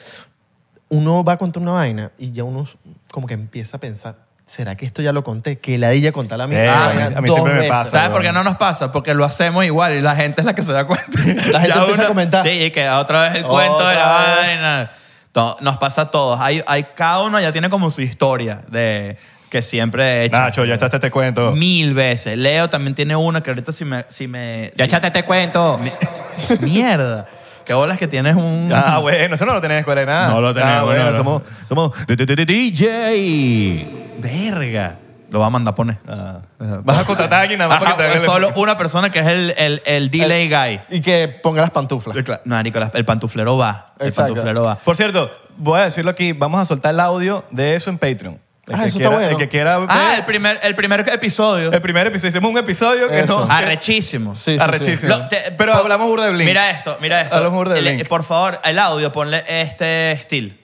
uno va a contar una vaina y ya uno como que empieza a pensar, ¿será que esto ya lo conté? Que la di ya contar la misma Eh, a vaina mí- a mí Ah, dos siempre me veces. pasa. ¿Sabes por qué no nos pasa? Porque lo hacemos igual y la gente es la que se da cuenta. La gente Ya empieza uno- a comentar. Sí, y que otra vez el cuento de la Otra vez. vaina. No, nos pasa a todos. Hay, hay, cada uno ya tiene como su historia de que siempre he hecho. Nacho, ya echaste este cuento. Mil veces. Leo también tiene una que ahorita si me... Si me si- este cuento. Mierda. Qué bolas que tienes un... Ah, bueno, eso no lo tenés en escuela de nada. No lo tenemos, Ah, bueno, no, no. somos, somos D- D- D- D- DJ. Verga. Lo va a mandar a poner. Ah. Ah. Vas a contratar a alguien nada más para Ajá, que te haga el- solo una persona que es el, el, el delay guy. Y que ponga las pantuflas. Eh, No, Nicolás, el pantuflero va. El Exacto. pantuflero va. Por cierto, voy a decirlo aquí, vamos a soltar el audio de eso en Patreon. El Ah, que eso está quiera, bueno. El que quiera ver Ah, el primer, el primer episodio. el primer episodio, hicimos un episodio que Eso. no... que- Arrechísimo. Sí, sí, sí. Arrechísimo. Lo- te- Pero po- hablamos burda de Blink. Mira esto, mira esto. Hablamos burda de El- Blink. Por favor, el audio, ponle este still.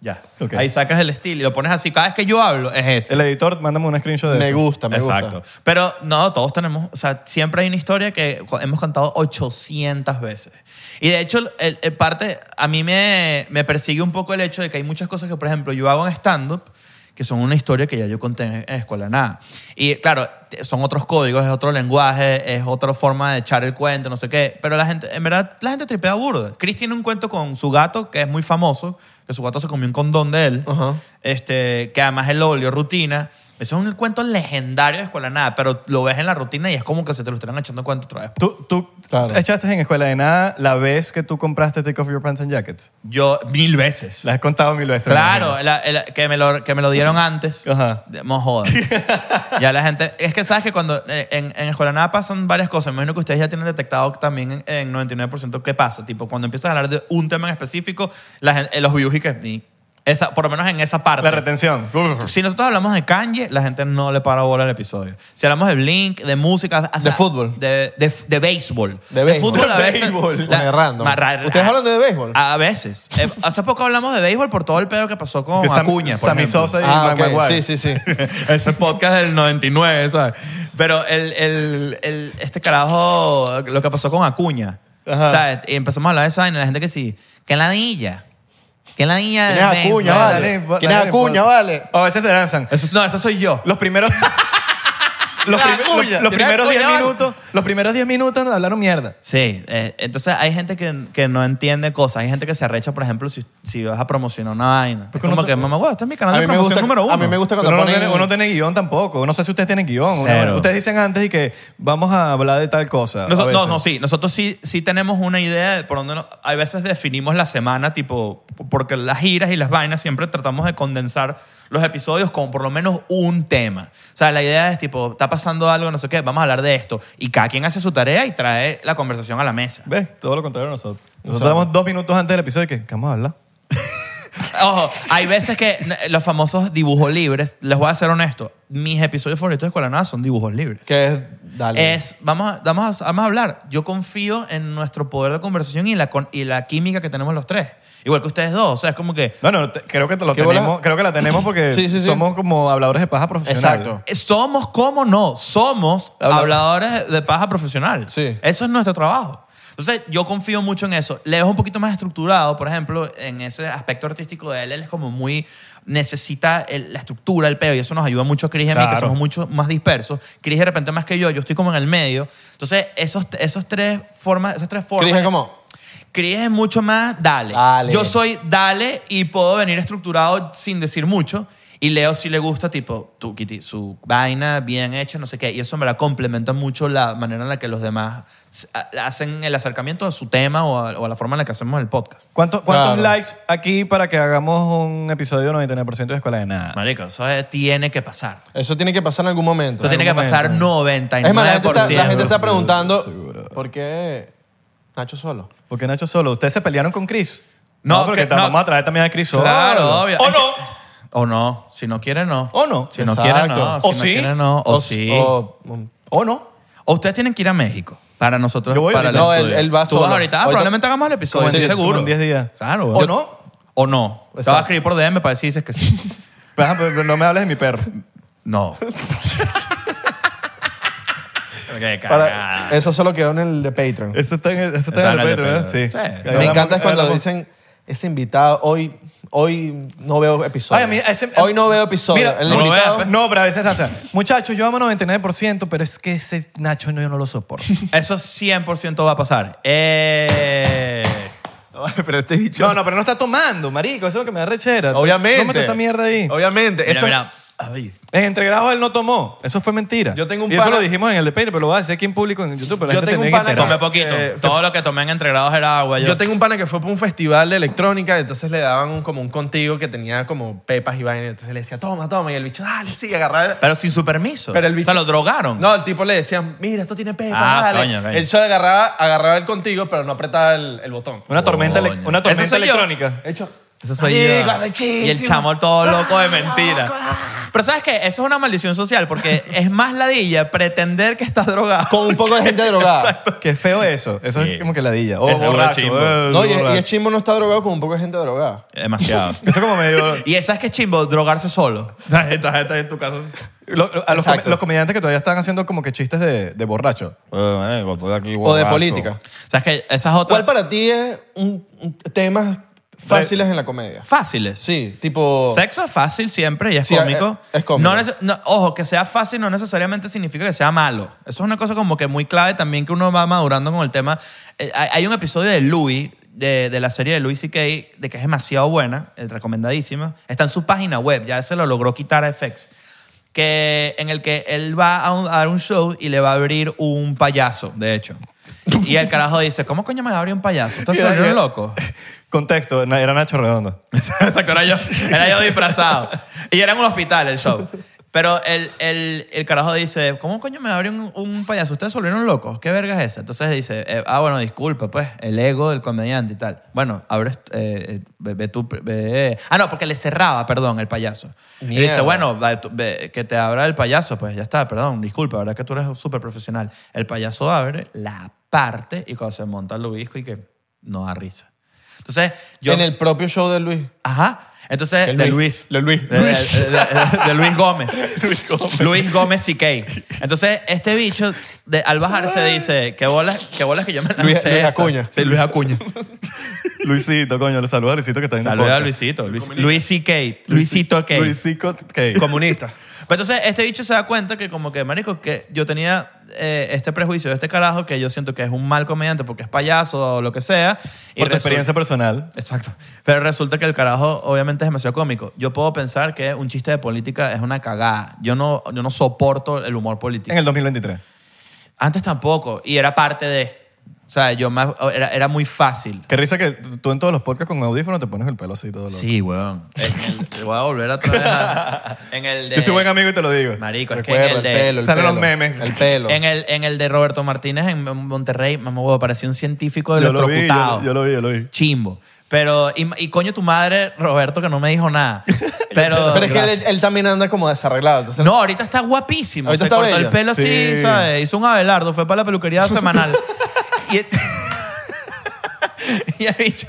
ya. Ok. Ahí sacas el still y lo pones así. Cada vez que yo hablo es ese. El editor, mándame un screenshot de Me eso. gusta, me gusta. Exacto. Pero no, todos tenemos, o sea, siempre hay una historia que co- hemos contado 800 veces. Y de hecho, el, el parte, a mí me, me persigue un poco el hecho de que hay muchas cosas que, por ejemplo, yo hago en stand-up que son una historia que ya yo conté en, en Escuela de Nada. Y claro, t- son otros códigos, es otro lenguaje, es otra forma de echar el cuento, no sé qué. Pero la gente, en verdad, la gente tripea burda. Chris tiene un cuento con su gato que es muy famoso, que su gato se comió un condón de él Ajá. este, que además él lo volvió rutina. Eso es un cuento legendario de Escuela de Nada, pero lo ves en la rutina y es como que se te lo estuvieran echando cuento otra vez. Tú, tú Claro. echaste en escuela de nada la vez que tú compraste Take Off Your Pants and Jackets. Yo, mil veces. La has contado mil veces. Claro, me la- el- que, me lo, que me lo dieron antes. Ajá. De- No jodas. ya la gente. Es que sabes que cuando eh, en, en Escuela de Nada pasan varias cosas. Me imagino que ustedes ya tienen detectado también en, en 99% qué pasa. Tipo, cuando empiezas a hablar de un tema en específico, la gen- eh, los views y que. y esa, por lo menos en esa parte. imagino. La retención. Si nosotros hablamos de Kanye, la gente no le para bola al episodio. Si hablamos de Blink, de música, o sea, De fútbol. de, de, de béisbol, De béisbol. fútbol a De veces. béisbol. la- Bueno, random. ma- ra- ra- ¿Ustedes hablan de béisbol? A a veces. Eh, Hace poco hablamos de béisbol por todo el pedo que pasó con Que Sam- Acuña. por Sammy ejemplo. Sosa y ah, Mike ok. Maguire. Sí, sí, sí. Ese podcast del 99, ¿sabes? Pero el, el- el- este carajo, lo que pasó con Acuña. Ajá. ¿Sabes? Y empezamos a hablar de eso y la gente que sí, que la niña. Que la niña ¿Quién es Acuña, La- la- vale? la- ¿Quién es la- Acuña, vale? A veces Oh, se lanzan. Eso, no, eso soy yo. Los primeros. los, La prim- cuña. los- los Tirar primeros cuña, 10 vale. minutos. Los primeros 10 minutos nos hablaron mierda. Sí, eh, entonces hay gente que, que no entiende cosas. Hay gente que se arrecha, por ejemplo, si, si vas a promocionar una vaina. Es como que, mamá, wow, este es mi canal A de mí me promoción gusta, número uno. a mí me gusta Pero cuando uno, no ponen... tiene, uno no tiene guión tampoco. No sé si ustedes tienen guión. Uno- Cero. ustedes dicen antes y que vamos a hablar de tal cosa. Noso- a veces. no, no, sí. Nosotros sí, sí tenemos una idea de por dónde... no- a veces definimos la semana, tipo, porque las giras y las vainas siempre tratamos de condensar los episodios con por lo menos un tema. O sea, la idea es, tipo, está pasando algo, no sé qué, vamos a hablar de esto. Y cada quien hace su tarea y trae la conversación a la mesa. ¿Ves? Todo lo contrario a nosotros. Nosotros damos dos minutos antes del episodio y que, ¿qué vamos a hablar? Ojo, hay veces que n- los famosos dibujos libres, les voy a ser honesto, mis episodios favoritos de Escuela de Nada son dibujos libres. Que es... Dale. Es, vamos a, vamos, a, vamos a hablar. Yo confío en nuestro poder de conversación y la, con- y la química que tenemos los tres. Igual que ustedes dos. O sea, es como que No, no, te- creo que te lo ¿Qué bola? tenemos, creo que la tenemos porque Sí, sí, sí. somos como habladores de paja profesional. Exacto. somos, ¿cómo no? Somos Habla- habladores de paja profesional. Sí. Eso es nuestro trabajo. Entonces, yo confío mucho en eso. Leo es un poquito más estructurado, por ejemplo, en ese aspecto artístico de él. Él es como muy. necesita el- la estructura, el peo, y eso nos ayuda mucho a Chris y a mí, que Claro. somos mucho más dispersos. Chris, de repente, más que yo, yo estoy como en el medio. Entonces, esos, esos tres formas, esas tres formas. Chris es como... Chris es mucho más dale. Dale. Yo soy dale y puedo venir estructurado sin decir mucho. Y Leo sí le gusta, tipo, tu, Kitty, su vaina bien hecha, no sé qué. Y eso me la complementa mucho la manera en la que los demás s- a- hacen el acercamiento a su tema o a, o a la forma en la que hacemos el podcast. ¿Cuánto- ¿Cuántos Claro. likes aquí para que hagamos un episodio 99% de Escuela de Nada? Marico, eso eh, tiene que pasar. Eso tiene que pasar en algún momento. Eso tiene que algún pasar momento. 99%. Es más, la gente, está, la gente está Seguro, preguntando seguro. por qué Nacho solo. Porque Nacho solo, ustedes se pelearon con Chris. No, porque que- te no. vamos a traer también a Chris solo. Claro, obvio. O Es que- no. O no. Si no quiere, no. O no. Si no quiere, no. Exacto. Si O no sí. quiere, no. O, sí. O, o- mm, O no. ustedes tienen que ir a México para nosotros. Yo voy para ahorita. el No, estudio. él- él va Tú vas solo. ahorita. Ah, Ahorita- probablemente hagamos el episodio. Como en estoy diez- seguro. como en 10 días. Claro. O Yo- no. O no. Te vas a Exacto. escribir por DM para decir dices que sí. Ajá, pero- pero no me hables de mi perro. no. Qué para- cagada. eso solo quedó en el de Patreon. Eso está en el, eso Está está en el Patreon, ¿verdad? Sí. Sí. Me Ahí Me hablamos- encanta es cuando hablamos- dicen ese invitado hoy hoy no veo episodio. Ay, a mí ese- hoy no veo episodio. Mira, el no lo invitado, veas, No, pues, pero a veces, o sea, muchachos, yo amo 99%, pero es que ese Nacho no, yo no lo soporto. Eso 100% va a pasar. Eh... pero este bicho. No, no, pero no está tomando, marico. Eso es lo que me da rechera. Obviamente. Tómate esta mierda ahí. Obviamente. Mira, eso, mira. Ay. En entregrados él no tomó. Eso fue mentira. Yo tengo un y eso pana- lo dijimos en el de Patreon, pero lo voy a decir aquí en público en YouTube. Pero la Yo gente tengo un tiene que pana que Tomé enterar. poquito. Eh, Todo lo que tomé en entregrados era agua. Yo, Yo tengo un pana que fue para un festival de electrónica, entonces le daban un- como un contigo que tenía como pepas y vainas, entonces le decía, toma, toma, y el bicho, dale, sí, agarrar. Pero sin su permiso. Pero el bicho- O sea, lo drogaron. No, el tipo le decía, mira, esto tiene pepas, Ah, dale. coño, coño. Él solo agarraba, agarraba el contigo, pero no apretaba el, el botón. Una tormenta, ele- Coño. una Eso tormenta soy yo. electrónica. Hecho, Eso soy "Marico, yo. arrechísimo". Y el chamo todo loco de mentira. Pero ¿sabes qué? Eso es una maldición social porque es más ladilla pretender que estás drogado. Con un poco de gente drogada. Qué feo eso. Eso Sí. es como que ladilla. O Es duro borracho. chimbo. eh, No, y, borracho. y el chimbo no está drogado con un poco de gente drogada. Demasiado. Eso como medio... y ¿sabes qué chimbo? Drogarse solo. Estás, estás- estás en tu casa. Lo- lo- a los, com- Exacto. los comediantes que todavía están haciendo como que chistes de, de borracho. Eh, pues, O de política. ¿Sabes qué? Esas otras ¿Cuál para ti es un, un- temas fáciles en la comedia? fáciles. Sí, tipo... Sexo es fácil siempre y es Sí, cómico. es- es cómico. No nece- no- ojo, que sea fácil no necesariamente significa que sea malo. Eso es una cosa como que muy clave también que uno va madurando con el tema. Eh, hay, hay un episodio de Louis, de, de la serie de Louis C.K., de que es demasiado buena, eh, recomendadísima. Está en su página web, ya se lo logró quitar a FX. Que, en el que él va a, un- a dar un show y le va a abrir un payaso, de hecho. Y el carajo dice, ¿cómo coño me va a abrir un payaso? Ustedes se Mira, volvieron mira. locos. Contexto, na- era Nacho Redondo. Exacto, era yo, era yo disfrazado. Y era en un hospital el show. Pero el, el, el carajo dice, ¿cómo coño me abre un, un payaso? Ustedes se volvieron locos, ¿qué verga es esa? Entonces dice, eh, ah, bueno, disculpa, pues, el ego del comediante y tal. Bueno, abres, eh, eh, ve, ve tú, ve- Ah, no, porque le cerraba, perdón, el payaso. Y Mierda. dice, bueno, va, tú- ve, que te abra el payaso, pues ya está, perdón, disculpa, verdad que tú eres súper profesional. El payaso abre la parte y cuando se monta el lobisco y que no da risa. Entonces, yo... En el propio show de Luis. Ajá. Entonces, De de Luis. Luis. De Luis. De, Luis. de- de- de- de Luis Gómez. Luis Gómez. Luis Gómez CK. Entonces, este bicho, de- al bajar se dice, qué bolas, qué bolas que yo me lancé Luis- Luis esa". Acuña. Sí, Luis Acuña. Luisito, coño, le saluda a Luisito que está en el Saluda a podcast. Luisito. Luis, Luis CK. Luisito K. Luisito K. Comunista. Pero entonces, este bicho se da cuenta que como que, marico, que yo tenía eh, este prejuicio de este carajo que yo siento que es un mal comediante porque es payaso o lo que sea. y Por tu resulta- experiencia personal. Exacto. Pero resulta que el carajo obviamente es demasiado cómico. Yo puedo pensar que un chiste de política es una cagada. Yo no, yo no soporto el humor político. En el 2023. Antes tampoco. Y era parte de... O sea, yo más... Era, era muy fácil. Qué risa que tú tú en todos los podcasts con audífono te pones el pelo así todo loco. Sí, weón. En el- voy a volver otra vez a- En el de... Yo soy buen amigo y te lo digo. Marico, es que en el Recuerda, el de... pelo, el Salen pelo. los memes. El pelo. En el, en el de Roberto Martínez en Monterrey, mamá huevo, parecía un científico Yo lo vi, yo electrocutado. lo- yo lo vi, yo lo vi. Chimbo. Pero, y, y coño tu madre, Roberto, que no me dijo nada. Pero, Pero es que Gracias. él, él también anda como desarreglado. Entonces, No, ahorita está guapísimo. Ahorita se está cortó bello. el pelo así, Sí. ¿sabes? Hizo un Abelardo, fue para la peluquería semanal. y, et- y he dicho,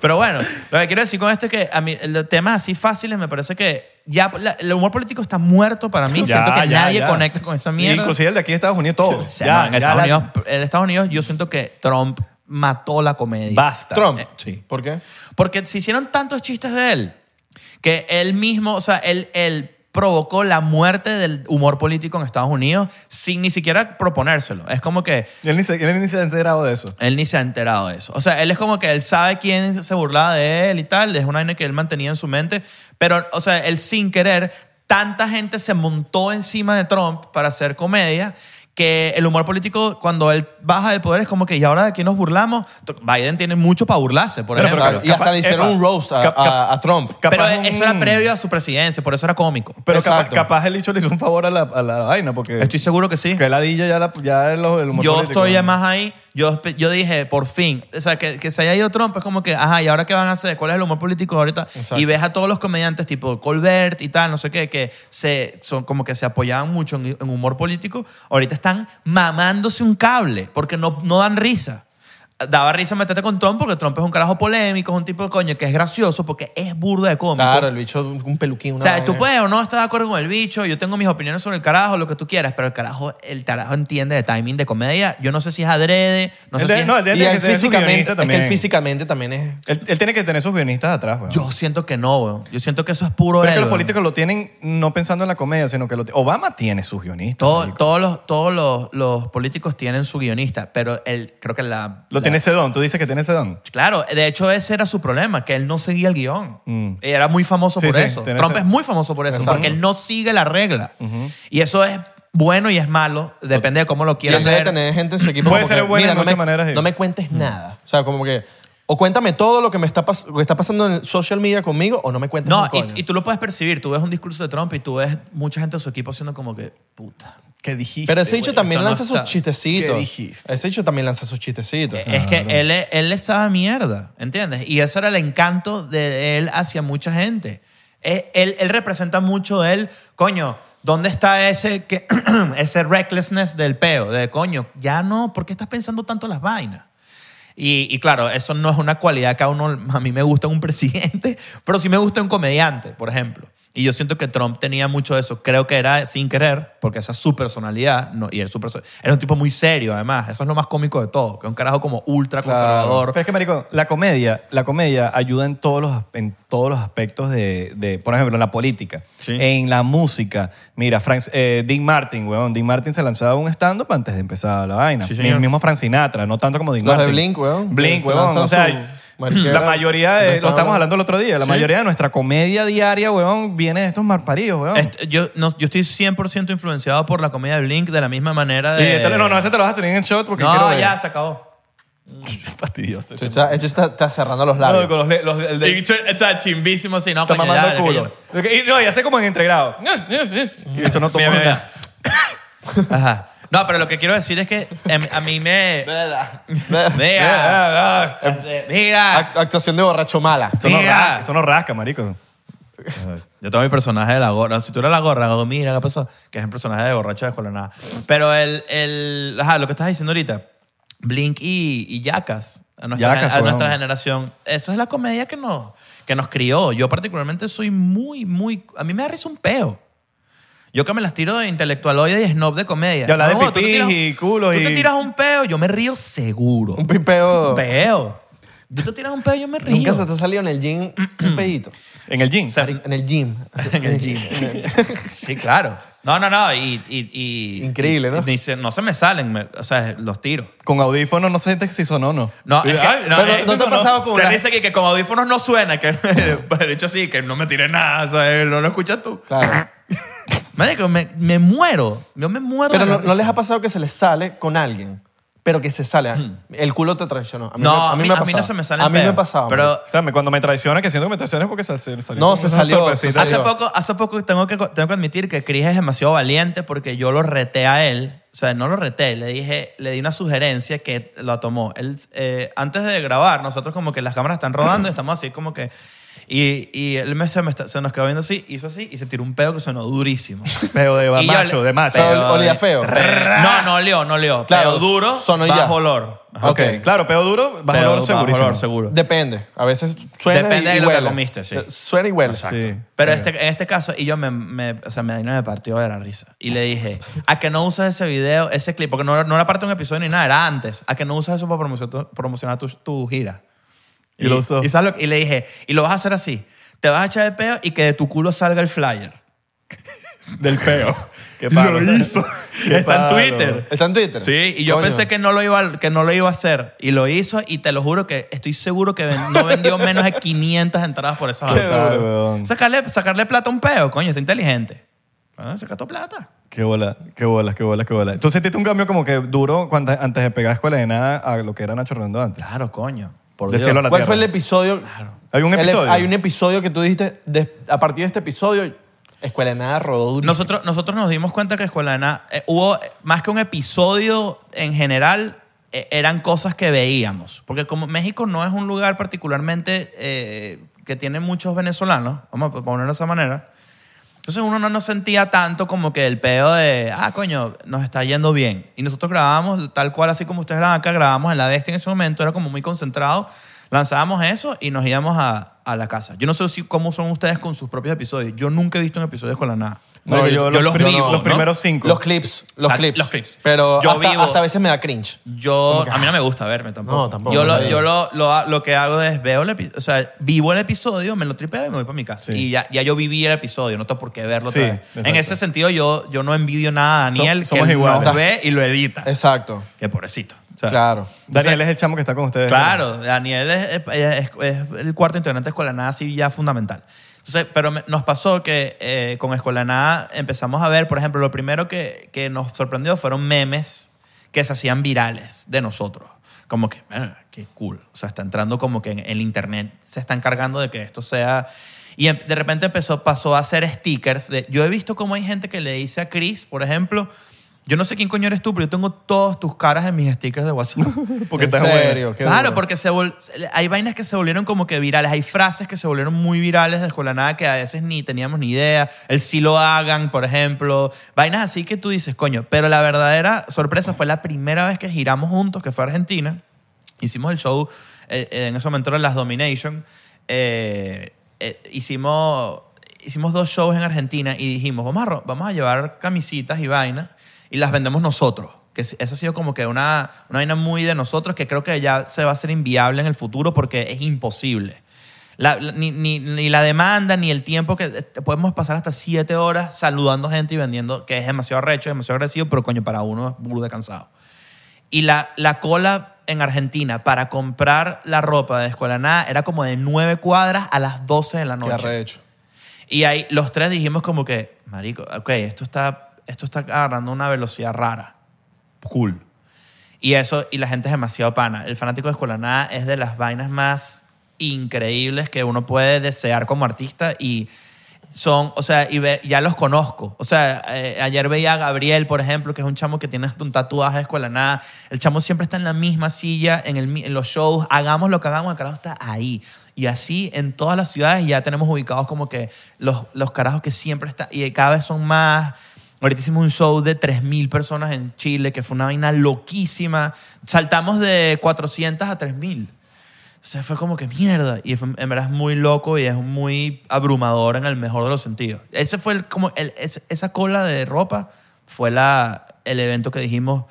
pero bueno, lo que quiero decir con esto es que a mí los temas así fáciles me parece que ya la- el humor político está muerto para mí. Ya, siento que ya, nadie ya. conecta con esa mierda. Inclusive el de aquí de Estados Unidos, todo. O sea, man, en, Estados la- Unidos, en Estados Unidos yo siento que Trump mató la comedia. Basta. Trump. Eh, sí. ¿Por qué? Porque se hicieron tantos chistes de él que él mismo, o sea, él, él provocó la muerte del humor político en Estados Unidos sin ni siquiera proponérselo. Es como que Él ni se, él ni se ha enterado de eso. él ni se ha enterado de eso. O sea, él es como que él sabe quién se burlaba de él y tal. Es una vaina que él mantenía en su mente. Pero, o sea, él sin querer, tanta gente se montó encima de Trump para hacer comedia que el humor político, cuando él baja del poder, es como que, ¿y ahora de quién nos burlamos? Biden tiene mucho para burlarse, por Pero, ejemplo. pero, y hasta capaz- le hicieron epa, un roast a, cap- cap- a- a Trump. Pero capaz eso era un- previo a su presidencia, por eso era cómico. Pero capaz, Exacto. capaz el hecho le hizo un favor a la, a la vaina porque... Estoy seguro que sí. Que la DJ ya, la, ya el, el humor Yo político, estoy ¿no? además ahí. Yo, yo dije, por fin. O sea, que, que se haya ido Trump es pues como que, ajá, ¿y ahora qué van a hacer? ¿Cuál es el humor político ahorita? Exacto. Y ves a todos los comediantes tipo Colbert y tal, no sé qué, que se, son como que se apoyaban mucho en, en humor político. Ahorita están mamándose un cable porque no, no dan risa. Daba risa meterte con Trump porque Trump es un carajo polémico, es un tipo de coño que es gracioso porque es burda de cómico. Claro, el bicho, un un peluquín. Una O sea, tú vaina. puedes o no estar de acuerdo con el bicho, yo tengo mis opiniones sobre el carajo, lo que tú quieras, pero el carajo, el carajo entiende de timing de comedia. Yo no sé si es adrede, no sé El de- si es- no, el de- Y tiene él que tener su guionista físicamente, es que también. él físicamente también es... Él, él tiene que tener sus guionistas atrás, weón. Yo siento que no, weón. Yo siento que eso es puro Pero él, es que los weón. políticos lo tienen no pensando en la comedia, sino que lo ti- Obama tiene sus guionistas. Todo- marico. todos los, todos los, los políticos tienen su guionista, pero él creo que la... lo la- tiene Sedón. Tú dices que tiene Sedón. Claro, de hecho ese era su problema, que él no seguía el guión. Mm. Y Era muy famoso Sí, por sí, eso. tenés- Trump es muy famoso por eso, Exacto. porque él no sigue la regla. Y eso es bueno y es malo, depende de cómo lo Quiere quieras debe ver. tener gente en su equipo Puede como ser que, buena "Mira, en no muchas me- maneras, sí. No me cuentes nada. O sea, como que... O cuéntame todo lo que me está, pas- lo que está pasando en el social media conmigo o no me cuentes No, un coño". y, y tú lo puedes percibir. Tú ves un discurso de Trump y tú ves mucha gente de su equipo haciendo como que, puta. ¿Qué dijiste? Pero ese bicho güey, también esto no lanza sus está- chistecitos. ¿Qué dijiste? Eh, Ese bicho también lanza sus chistecitos. Es que él, es- él le sabe a mierda, ¿entiendes? Y eso era el encanto de él hacia mucha gente. Es- Él, él representa mucho él, coño, ¿dónde está ese, que, ese recklessness del peo? De coño, ya no, ¿por qué estás pensando tanto las vainas? Y, y claro, eso no es una cualidad que a uno, a mí me gusta un presidente, pero sí me gusta un comediante, por ejemplo. Y yo siento que Trump tenía mucho de eso. Creo que era sin querer, porque esa es su personalidad. No, y él su perso- era un tipo muy serio, además. Eso es lo más cómico de todo. Que un carajo como ultra Claro. conservador. Pero es que, marico, la comedia, la comedia ayuda en todos los, en todos los aspectos de, de, por ejemplo, en la política, Sí. en la música. Mira, Frank, eh, Dean Martin, weón. Dean Martin se lanzaba un stand-up antes de empezar la vaina. Sí, el señor. mismo Frank Sinatra, no tanto como Dean Los de Martin. Blink, weón. Blink, Se weón. lanzan O sea, su mariquera. la mayoría No de, lo estaba- estamos hablando el otro día, la Sí. mayoría de nuestra comedia diaria, weón, viene de estos marparíos, weón. Est- yo, no- yo estoy 100% influenciado por la comedia de Blink de la misma manera Y de... este- no, no, este te lo vas a tener en shot porque No, quiero ver. ya, se acabó. Fastidioso. Tú está- El bicho está, está cerrando los No, labios. con los, le- los- el de- Y ch- Está chimbísimo así, no, Está coño, mamando ya, culo. Y no, y hace como en entregrado. Y esto no Mira, toma mira, nada. mira. Ajá. No, pero lo que quiero decir es que em, a mí me... Mira, Ah, ah, mira, Act- Actuación de borracho mala. Eso no, Mira. rasca, eso no rasca, marico. Yo tengo mi personaje de la gorra. Si tú eres la gorra, hago, mira, ¿qué pasó? Que es el personaje de borracho de escuela nada. Pero el, el, ajá, lo que estás diciendo ahorita, Blink y, y Yacas, a, nuestra, Jackass, a nuestra weón. generación, eso es la comedia que nos, que nos crió. Yo particularmente soy muy, muy, a mí me da risa un peo. Yo que me las tiro de intelectualoide y snob de comedia. Y hablar de No, tú te pipís tiras- y culos Tú te y- tiras un peo, yo me río seguro. Un pipeo. Un peo. Tú te tiras un peo, yo me río. Nunca se te ha salido en el gym un pedito. En el gym. O sea, En el gym. En el gym. Sí, claro. No, no, no. Y, y- y- Increíble, ¿no? y- ni se- no se me salen, me- o sea, los tiro. con audífonos no sé si sonó o no. No, Y- es que- ay, no, pero es- ¿no te ha pasado con Te una- dice que, que con audífonos no suena, que de hecho sí, que no me tiré nada, ¿sabes? No lo escuchas tú. Claro. Marico, me, me muero. Yo me muero. Pero de no, la no risa. les ha pasado que se les sale con alguien, pero que se sale. El culo te traicionó. A mí, Mm. No, me- a mí, me ha a mí no pasado. se me salen A mí me peos, ha pasado. Pero O sea, me- cuando me traiciona, que siento que me traiciona es porque se, se salió No, con se una salió, sorpresita. se Hace salió. poco, hace poco tengo, que, tengo que admitir que Chris es demasiado valiente porque yo lo reté a él. O sea, no lo reté, le dije, le di una sugerencia que lo tomó. Él, eh, antes de grabar, nosotros como que las cámaras están rodando y estamos así como que... Y, y él me, se, me está- se nos quedó viendo así, hizo así y se tiró un pedo que sonó durísimo. Pero de Y yo macho, le- de macho. Pero- peo olía de- feo. re- No, no olió, no olió. Claro, pero duro, sonó y bajo ya. olor. Ok, Ok. claro, pero duro, bajo Pero olor segurísimo. olor, seguro. Depende. A veces suena Depende y, de y lo que huele. comiste, sí. Suena y huele. Exacto. Sí. Pero este, en este caso, y yo me, me- o sea, me, me partió de la risa. Y le dije, a que no usas ese video, ese clip, porque no, no era parte de un episodio ni nada, era antes, a que no usas eso para promocionar tu, promocionar tu, tu gira. Y lo usó. Y, sabes lo que- y le dije, y lo vas a hacer así, te vas a echar de peo y que de tu culo salga el flyer. del peo. Qué palo. Lo hizo. Qué Está en palo. Twitter. ¿Está en Twitter? Sí, y yo Coño. pensé que no, lo iba, a- que no lo iba a hacer. Y lo hizo y te lo juro que estoy seguro que ven- no vendió menos de 500 entradas por esa Qué vaina. Total, duro. weón. Sacarle, sacarle plata a un peo, coño, está inteligente. Ah, saca tu plata. Qué bola, qué bola, qué bola, qué bola. Entonces sentiste un cambio como que duro cuando, antes de pegar Escuela de Nada a lo que era Nacho Redondo antes. Claro, coño. Por De Dios. cielo a la ¿Cuál tierra. fue el episodio? Hay un El- episodio. hay un episodio que tú dijiste, de- a partir de este episodio, Escuela de Nada rodó durísimo. Nosotros, nosotros nos dimos cuenta que Escuela de Nada, eh, hubo eh, más que un episodio en general, eh, eran cosas que veíamos. Porque como México no es un lugar particularmente eh, que tiene muchos venezolanos, vamos a ponerlo de esa manera, entonces uno no nos sentía tanto como que el pedo de, ah, coño, nos está yendo bien. Y nosotros grabábamos tal cual, así como ustedes graban acá, grabábamos en la bestia en ese momento, era como muy concentrado, lanzábamos eso y nos íbamos a, a la casa. Yo no sé si, cómo son ustedes con sus propios episodios. Yo nunca he visto un episodio de Escuela de Nada. No, yo los los pri- vivo, los ¿no? primeros cinco. Los clips, los Ah, clips. los clips. Pero Yo hasta, vivo- hasta a veces me da cringe. Yo, a mí ah. no me gusta verme tampoco. No, tampoco, Yo, no lo, me yo gusta. lo, lo, lo que hago es veo el episodio, o sea, vivo el episodio, me lo tripeo y me voy para mi casa. Sí. Y ya, ya yo viví el episodio, no tengo por qué verlo Sí, otra vez. En exacto. ese sentido, yo, yo no envidio nada a So- Daniel, somos que iguales. nos ve y lo edita. Exacto. Qué pobrecito. O sea, Claro. Daniel es el chamo que está con ustedes. Claro, Daniel es, es- es- es el cuarto integrante de Escuela de Nada, sí, ya fundamental. Entonces, pero me- nos pasó que eh, con Escuela de Nada empezamos a ver, por ejemplo, lo primero que, que nos sorprendió fueron memes que se hacían virales de nosotros. Como que, "Verga, qué cool. O sea, está entrando como que en el internet se está encargando de que esto sea. Y em- de repente empezó, pasó a hacer stickers. de- yo he visto cómo hay gente que le dice a Chris, por ejemplo, yo no sé quién coño eres tú, pero yo tengo todas tus caras en mis stickers de WhatsApp. Porque en estás bueno. serio. qué Claro, duro. porque se vol- hay vainas que se volvieron como que virales, hay frases que se volvieron muy virales de Escuela de Nada que a veces ni teníamos ni idea. El si lo hagan, por ejemplo. Vainas así que tú dices, coño. Pero la verdadera sorpresa fue la primera vez que giramos juntos, que fue a Argentina. Hicimos el show, eh, eh, en ese momento eran las Domination. Eh, eh, hicimos, hicimos dos shows en Argentina y dijimos, vamos a, ro- vamos a llevar camisitas y vainas y las vendemos nosotros. Que es- eso ha sido como que una, una vaina muy de nosotros que creo que ya se va a hacer inviable en el futuro porque es imposible. La- la- ni, ni- ni la demanda, ni el tiempo que eh, podemos pasar hasta siete horas saludando gente y vendiendo, que es demasiado recho, demasiado agresivo, pero coño, para uno es burda cansado. Y la, la cola en Argentina para comprar la ropa de Escuela de Nada era como de nueve cuadras a las 12 de la Qué noche. arrecho. Y ahí los tres dijimos como que, marico, ok, esto está, esto está agarrando una velocidad rara. Cool. Y eso, y la gente es demasiado pana. El fanático de Escuela de Nada es de las vainas más increíbles que uno puede desear como artista y son, o sea, y ve- ya los conozco. O sea, eh, ayer veía a Gabriel, por ejemplo, que es un chamo que tiene hasta un tatuaje de Escuela de Nada. El chamo siempre está en la misma silla, en, el mi- en los shows, hagamos lo que hagamos, el carajo está ahí. Y así en todas las ciudades ya tenemos ubicados como que los, los carajos que siempre están, y cada vez son más. Ahorita hicimos un show de 3.000 personas en Chile, que fue una vaina loquísima. Saltamos de 400 a 3.000. O sea, fue como que mierda. Y fue- en verdad es muy loco y es muy abrumador en el mejor de los sentidos. Ese fue el- como el- es- esa cola de ropa fue la, el evento que dijimos,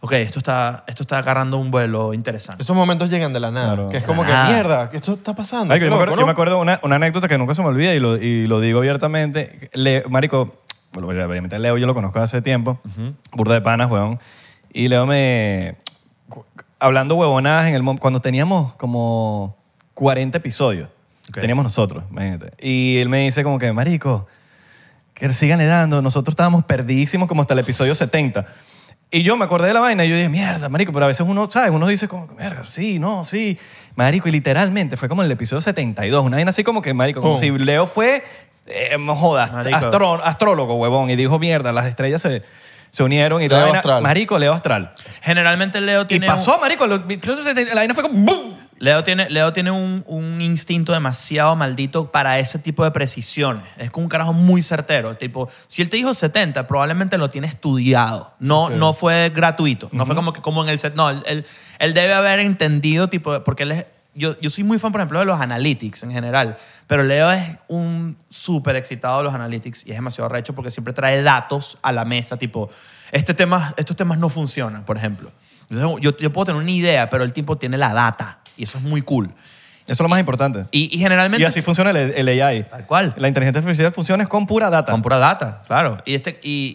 ok, esto está, esto está agarrando un vuelo interesante. Esos momentos llegan de la nada. Claro. Que es como De la que, nada. mierda, que esto está pasando. Marico, yo, me Loco, acuerdo, ¿no? yo me acuerdo una, una anécdota que nunca se me olvida y lo, y lo digo abiertamente. Le- Marico, bueno, obviamente Leo yo lo conozco hace tiempo, burda de panas, weón. Y Leo me... cu- Hablando huevonadas en el... mom- Cuando teníamos como 40 episodios, Ok. teníamos nosotros, imagínate. Y él me dice como que, marico, que síganle dando. Nosotros estábamos perdidísimos como hasta el episodio 70. Y yo me acordé de la vaina y yo dije, mierda, marico, pero a veces uno, ¿sabes? Uno dice como, mierda, sí, no, sí. Marico, y literalmente fue como en el episodio 72. Una vaina así como que, marico, como Pum. si Leo fue, eh, joda, Marico. astro- astrólogo, huevón. Y dijo, mierda, las estrellas se, se unieron y la Leo vaina, astral. marico, Leo astral. Generalmente Leo Y tiene... un- pasó, marico, lo- la vaina fue como, ¡boom! Leo tiene, Leo tiene un, un instinto demasiado maldito para ese tipo de precisiones. Es como un carajo muy certero. Tipo, si él te dijo 70, probablemente lo tiene estudiado. No, no fue gratuito. No fue como que como en el set. No, él, él- él debe haber entendido, tipo, porque él es- Yo, yo soy muy fan, por ejemplo, de los analytics en general, pero Leo es un súper excitado de los analytics y es demasiado recho porque siempre trae datos a la mesa, tipo, este tema, estos temas no funcionan, por ejemplo. Entonces, yo, yo puedo tener una idea, pero el tipo tiene la data y eso es muy cool. Eso es lo más importante. Y, y generalmente... Y así funciona el, el AI. Tal cual. La inteligencia artificial funciona es con pura data. Con pura data, claro. Y este, y,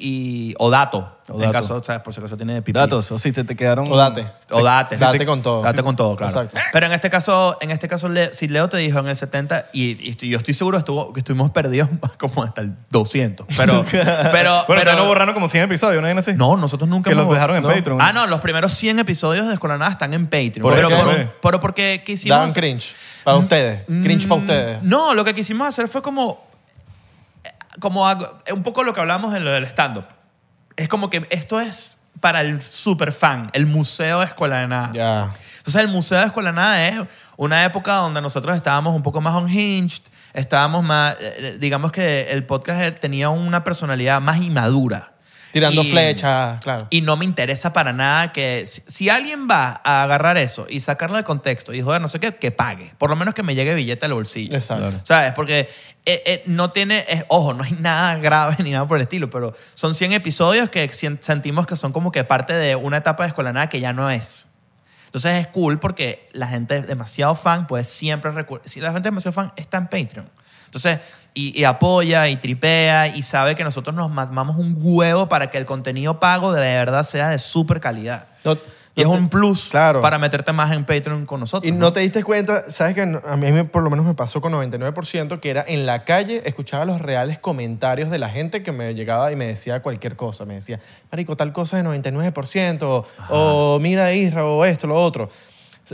y- o dato. O en dato. caso, o sea, por si acaso tiene pipí. Datos. O si te, te quedaron... O date. O date. Date con todo. Date con todo, claro. Eh, Exacto. Pero en este caso, en este caso Le- si Leo te dijo en el 70, y, y estoy- yo estoy seguro estuvo- que estuvimos perdidos como hasta el 200. Pero, pero, Bueno, pero, pero- lo borraron como 100 episodios, ¿no? Vaina así. No, nosotros nunca Que hemos- los dejaron en no. Patreon. Ah, no, los primeros 100 episodios de Escuela de Nada están en Patreon. Por pero, eso, por- eh. pero porque Dan quisimos... cringe. Para Mm, ustedes. Cringe para ustedes. No, lo que quisimos hacer fue como. eh, como algo- eh, un poco lo que hablamos en lo del stand-up. Es como que esto es para el super fan, el Museo de Escuela de Nada. Ya. Entonces, el Museo de Escuela de Nada es una época donde nosotros estábamos un poco más unhinged, estábamos más. eh, digamos que el podcast er, tenía una personalidad más inmadura. Tirando Y- flechas, claro. y no me interesa para nada que si, si alguien va a agarrar eso y sacarlo del contexto y joder, no sé qué, que pague. Por lo menos que me llegue billete al bolsillo. Exacto. Claro. ¿Sabes? Porque eh, eh, no tiene, es- ojo, no hay nada grave ni nada por el estilo, pero son 100 episodios que sien- sentimos que son como que parte de una etapa de escuela nada que ya no es. Entonces es cool porque la gente es demasiado fan, pues siempre recu- Si la gente es demasiado fan, está en Patreon. Entonces, y, y apoya y tripea y sabe que nosotros nos mamamos un huevo para que el contenido pago de verdad sea de súper calidad. No- Y es no te- un plus Claro. para meterte más en Patreon con nosotros. Y ¿no? no te diste cuenta, sabes que a mí me- por lo menos me pasó con 99% que era en la calle, escuchaba los reales comentarios de la gente que me llegaba y me decía cualquier cosa. Me decía, Marico, tal cosa de 99%, o mira Isra, o esto, lo otro.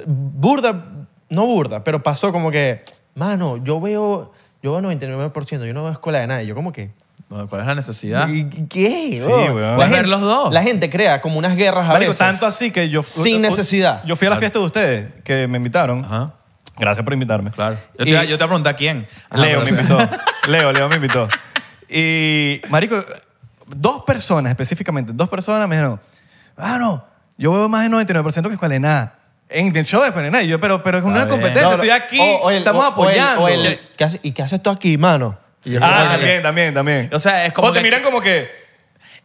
Burda, no burda, pero pasó como que, mano, yo veo, yo veo 99%, yo no veo escuela de nadie. Yo como que, No, ¿Cuál es la necesidad? ¿y ¿qué? Sí, bro? weón. La Puedes ver gente- los dos. La gente crea como unas guerras a Marico, veces. tanto así que yo... fu- Sin u- necesidad. Yo fui a la fiesta de ustedes, que me invitaron. Ajá. Gracias por invitarme. Claro. Yo te, Y- yo te voy a preguntar quién. Ajá, Leo me pero- invitó. Leo, Leo me invitó. Y, marico, dos personas específicamente, dos personas me dijeron, ah, no, yo veo más del 99% que Escuela de Nada. En el show de Escuela de Nada. Y yo, pero, pero es una bien. competencia, No, no, estoy aquí, o- o el- estamos o- o el- apoyando. o el- ¿qué hace- ¿Y qué haces tú aquí, mano? Y yo, ah, "Oye, también, también, también. O sea, es como O te que- miran como que...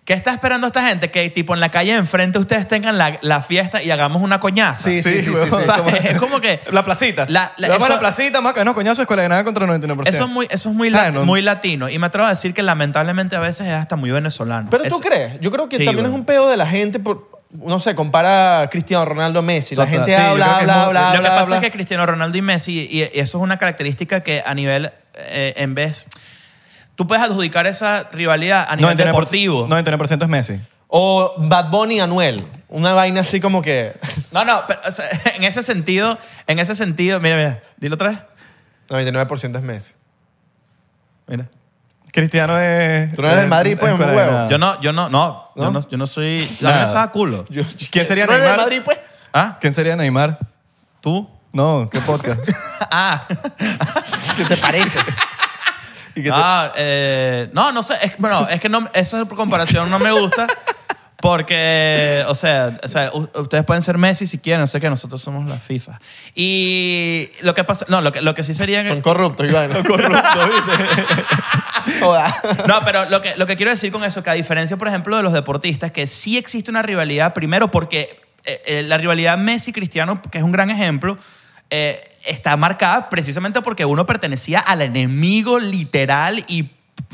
¿Qué está esperando esta gente? Que tipo en la calle de enfrente ustedes tengan la, la fiesta y hagamos una coñaza. Sí, sí, sí, sí, O sí, sea, como- es como que... La placita. La- la- Vamos a eso- la placita, más que no, coñazo, Escuela de Nada contra el 99%. Eso es muy, eso es muy, O sea, lati- no- muy latino. Y me atrevo a decir que lamentablemente a veces es hasta muy venezolano. Pero tú Es- crees, yo creo que Sí, también bueno. es un peo de la gente por no sé, compara a Cristiano Ronaldo a Messi, la Total, gente sí, yo creo habla, que es habla, muy- habla, Lo que habla, pasa habla. es que Cristiano Ronaldo y Messi, y, y eso es una característica que a nivel, eh, en vez... Tú puedes adjudicar esa rivalidad a nivel 99%, deportivo. 99% es Messi. o Bad Bunny y Anuel, una vaina así como que No, no, pero, o sea, en ese sentido, en ese sentido... Mira, mira, dilo otra vez. 99% es Messi. Mira. Cristiano es... Tú no eres es- del Madrid, pues, es Escuela de huevo. Nada. Yo no, yo no, no, Yo ¿No? no, yo no soy... La Nada. mí me saca culo. Yo- ¿Quién sería ¿Tú no eres Neymar? de Madrid, pues? ¿Ah? ¿Quién sería Neymar? ¿Tú? No, qué podcast. Ah, ¿Qué te parece? Y que te- ah eh, no, no sé. Es, bueno, es que no, esa comparación no me gusta porque, o sea, o sea, u- ustedes pueden ser Messi si quieren, no sé que nosotros somos la FIFA. Y lo que pasa, no, lo que, lo que sí sería... Son corruptos, Iván. Joda. No, pero lo que, lo que quiero decir con eso, que a diferencia, por ejemplo, de los deportistas, que sí existe una rivalidad, primero porque eh, eh, la rivalidad Messi-Cristiano, que es un gran ejemplo, eh, está marcada precisamente porque uno pertenecía al enemigo literal y,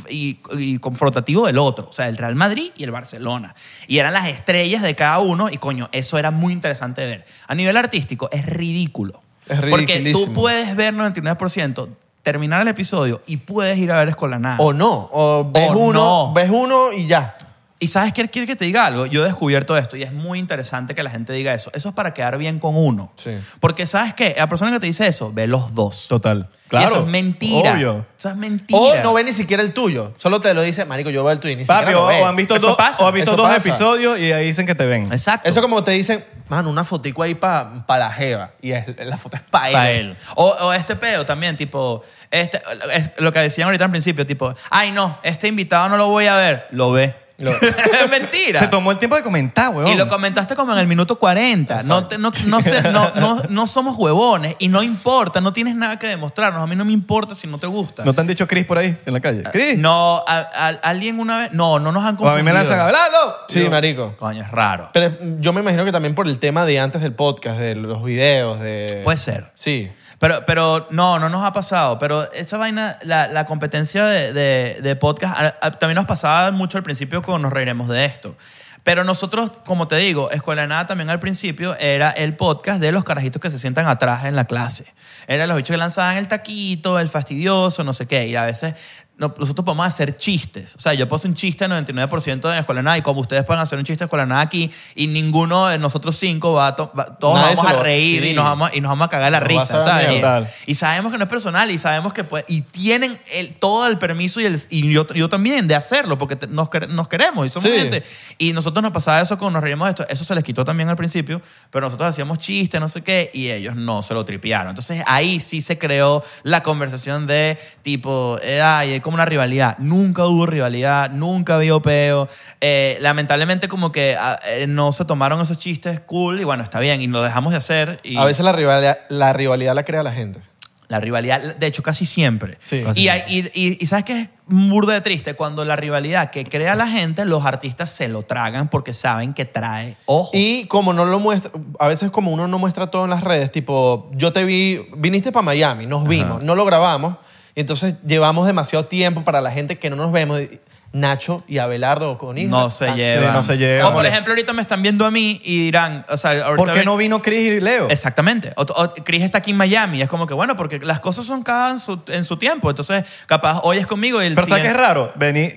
y- y confrontativo del otro, o sea, el Real Madrid y el Barcelona. Y eran las estrellas de cada uno y coño, eso era muy interesante de ver. A nivel artístico, es ridículo. Es Porque tú ridiculísimo. puedes ver 99%, terminar el episodio y puedes ir a ver Escolanada. O no, o ves O uno, no. ves uno y ya. Y sabes qué quiere que te diga algo. Yo he descubierto esto y es muy interesante que la gente diga eso. Eso es para quedar bien con uno. Sí. Porque sabes qué, la persona que te dice eso ve los dos. Total. Y Claro. eso es mentira. Obvio. Eso es O mentira. no ve ni siquiera el tuyo. Solo te lo dice, marico, yo veo el tuyo y ni Papi, siquiera o, lo ve. o han visto Eso dos, pasa, o han visto eso dos pasa. episodios y ahí dicen que te ven. Exacto. Eso como te dicen, mano, una fotico ahí para la jeva. Y es, la foto es para él. Pa' él. O, o este pedo también, tipo, este, es lo que decían ahorita al principio, tipo, ay no, este invitado no lo voy a ver. Lo ve. Lo- es mentira. Se tomó el tiempo de comentar, weón. Y lo comentaste como en el minuto 40. No, te- no, no, sé, no, no, no somos huevones y no importa, no tienes nada que demostrarnos. A mí no me importa si no te gusta. ¿No te han dicho Chris por ahí, en la calle? ¿Chris? Ah, No, a, a- alguien una vez. No, no nos han O confundido. Pues a mí me lanzan, ¡Abelardo! Sí, marico. Coño, es raro. Pero yo me imagino que también por el tema de antes del podcast, de los videos, de... Puede ser. Sí. Pero, pero no, no nos ha pasado. Pero esa vaina, la, la competencia de, de- de podcast, a- a- también nos pasaba mucho al principio cuando nos reiremos de esto. Pero nosotros, como te digo, Escuela de Nada también al principio era el podcast de los carajitos que se sientan atrás en la clase. Eran los bichos que lanzaban el taquito, el fastidioso, no sé qué. Y a veces no- nosotros podemos hacer chistes. O sea, yo puse un chiste al 99% de Escuela de Nada y como ustedes pueden hacer un chiste de Escuela de Nada aquí y ninguno de nosotros cinco va a... to- va- todos Nadie nos se vamos lo- a reír sí. y nos vamos, y nos vamos a cagar la Nos risa, vas a dar ¿sabes? miedo. Y- Total. y sabemos que no es personal y sabemos que puede- y tienen el, todo el permiso y, el, y yo, yo también de hacerlo porque te- nos, quer- nos queremos y somos Sí. gente. Y nosotros nos pasaba eso cuando nos reíamos de esto. Eso se les quitó también al principio, pero nosotros hacíamos chistes, no sé qué, y ellos no se lo tripearon. Entonces ahí sí se creó la conversación de tipo, eh, ay, es como una rivalidad. Nunca hubo rivalidad, nunca había peo. Eh, lamentablemente como que ah, eh, no se tomaron esos chistes cool y bueno, está bien, y lo dejamos de hacer. Y A veces la rivalidad, la rivalidad la crea la gente. la rivalidad, de hecho, casi siempre. Sí. Y, hay- y, y- y ¿sabes qué es burda de triste? Cuando la rivalidad que crea la gente, los artistas se lo tragan porque saben que trae ojos. Y como no lo muestra, a veces como uno no muestra todo en las redes, tipo, yo te vi, viniste para Miami, nos vimos, no lo grabamos, y entonces llevamos demasiado tiempo para la gente que no nos vemos. y Nacho y Abelardo con hijos. no se tan- llevan. no se llevan. O, por ejemplo, ahorita me están viendo a mí y dirán... O sea, ahorita ¿Por qué ven- no vino Chris y Leo? Exactamente. O, o Chris está aquí en Miami. y Es como que, bueno, porque las cosas son cada en su, en su tiempo. Entonces, capaz hoy es conmigo y el Pero ¿sabes qué es siguiente- raro? Vení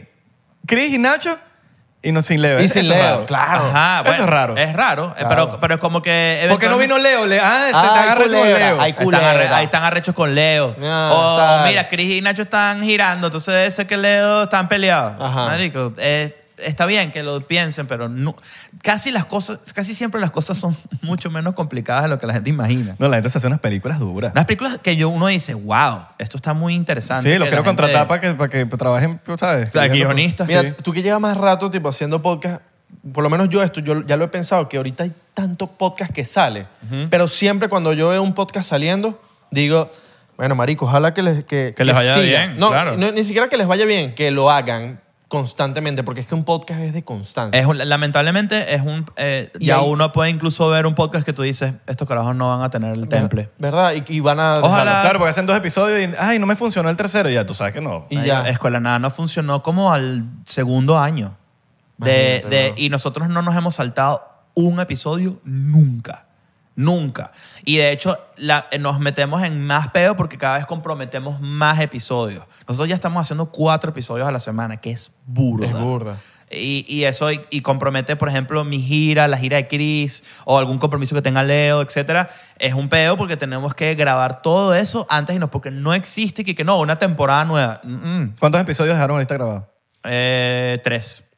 Chris y Nacho y no sin Leo. Y Eso sin es Leo, raro. claro. Ajá, Eso bueno, es raro. Es raro. eh, Claro. Pero, pero es como que... ¿Por qué no vino Leo? Le- ah, te, te Ay, agarras con culebra, Leo. ay, Ahí están, arre- culebra. ahí están arrechos con Leo. Ah, o, tal. o mira, Chris y Nacho están girando, entonces debe ser que Leo están peleados. Ajá. Marico, eh, está bien que lo piensen, pero no- casi las cosas, casi siempre las cosas son mucho menos complicadas de lo que la gente imagina. No, la gente se hace unas películas duras. Unas películas que yo uno dice, wow, esto está muy interesante. Sí, los que quiero la gente- contratar para que, para que trabajen, pues, ¿sabes? O sea, guionistas. Mira, sí. tú que llevas más rato tipo haciendo podcast, por lo menos yo esto, yo ya lo he pensado, que ahorita hay tanto podcast que sale, pero siempre cuando yo veo un podcast saliendo, digo, bueno, marico, ojalá que les, que, Que les vaya siga". bien, No, claro. no, ni siquiera que les vaya bien, que lo hagan constantemente, porque es que un podcast es de constancia. Es un- lamentablemente es un eh, Y ya ahí- uno puede incluso ver un podcast que tú dices estos carajos no van a tener el temple ¿Verdad? Y, y van a... Ojalá- Claro, porque hacen dos episodios y, ay, no me funcionó el tercero. Ya, tú sabes que no. Y ya. Escuela Nada no funcionó como al segundo año. De, Imagínate, de- ¿no? y nosotros no nos hemos saltado un episodio nunca. Nunca. Y de hecho, la- eh, nos metemos en más pedo porque cada vez comprometemos más episodios. Nosotros ya estamos haciendo cuatro episodios a la semana, que es burda. Es burda. Y, y eso y, y compromete, por ejemplo, mi gira, la gira de Chris o algún compromiso que tenga Leo, etcétera, es un pedo porque tenemos que grabar todo eso antes y no porque no existe que, que no, una temporada nueva. Mm, mm. ¿Cuántos episodios dejaron ahorita grabados? Eh, tres.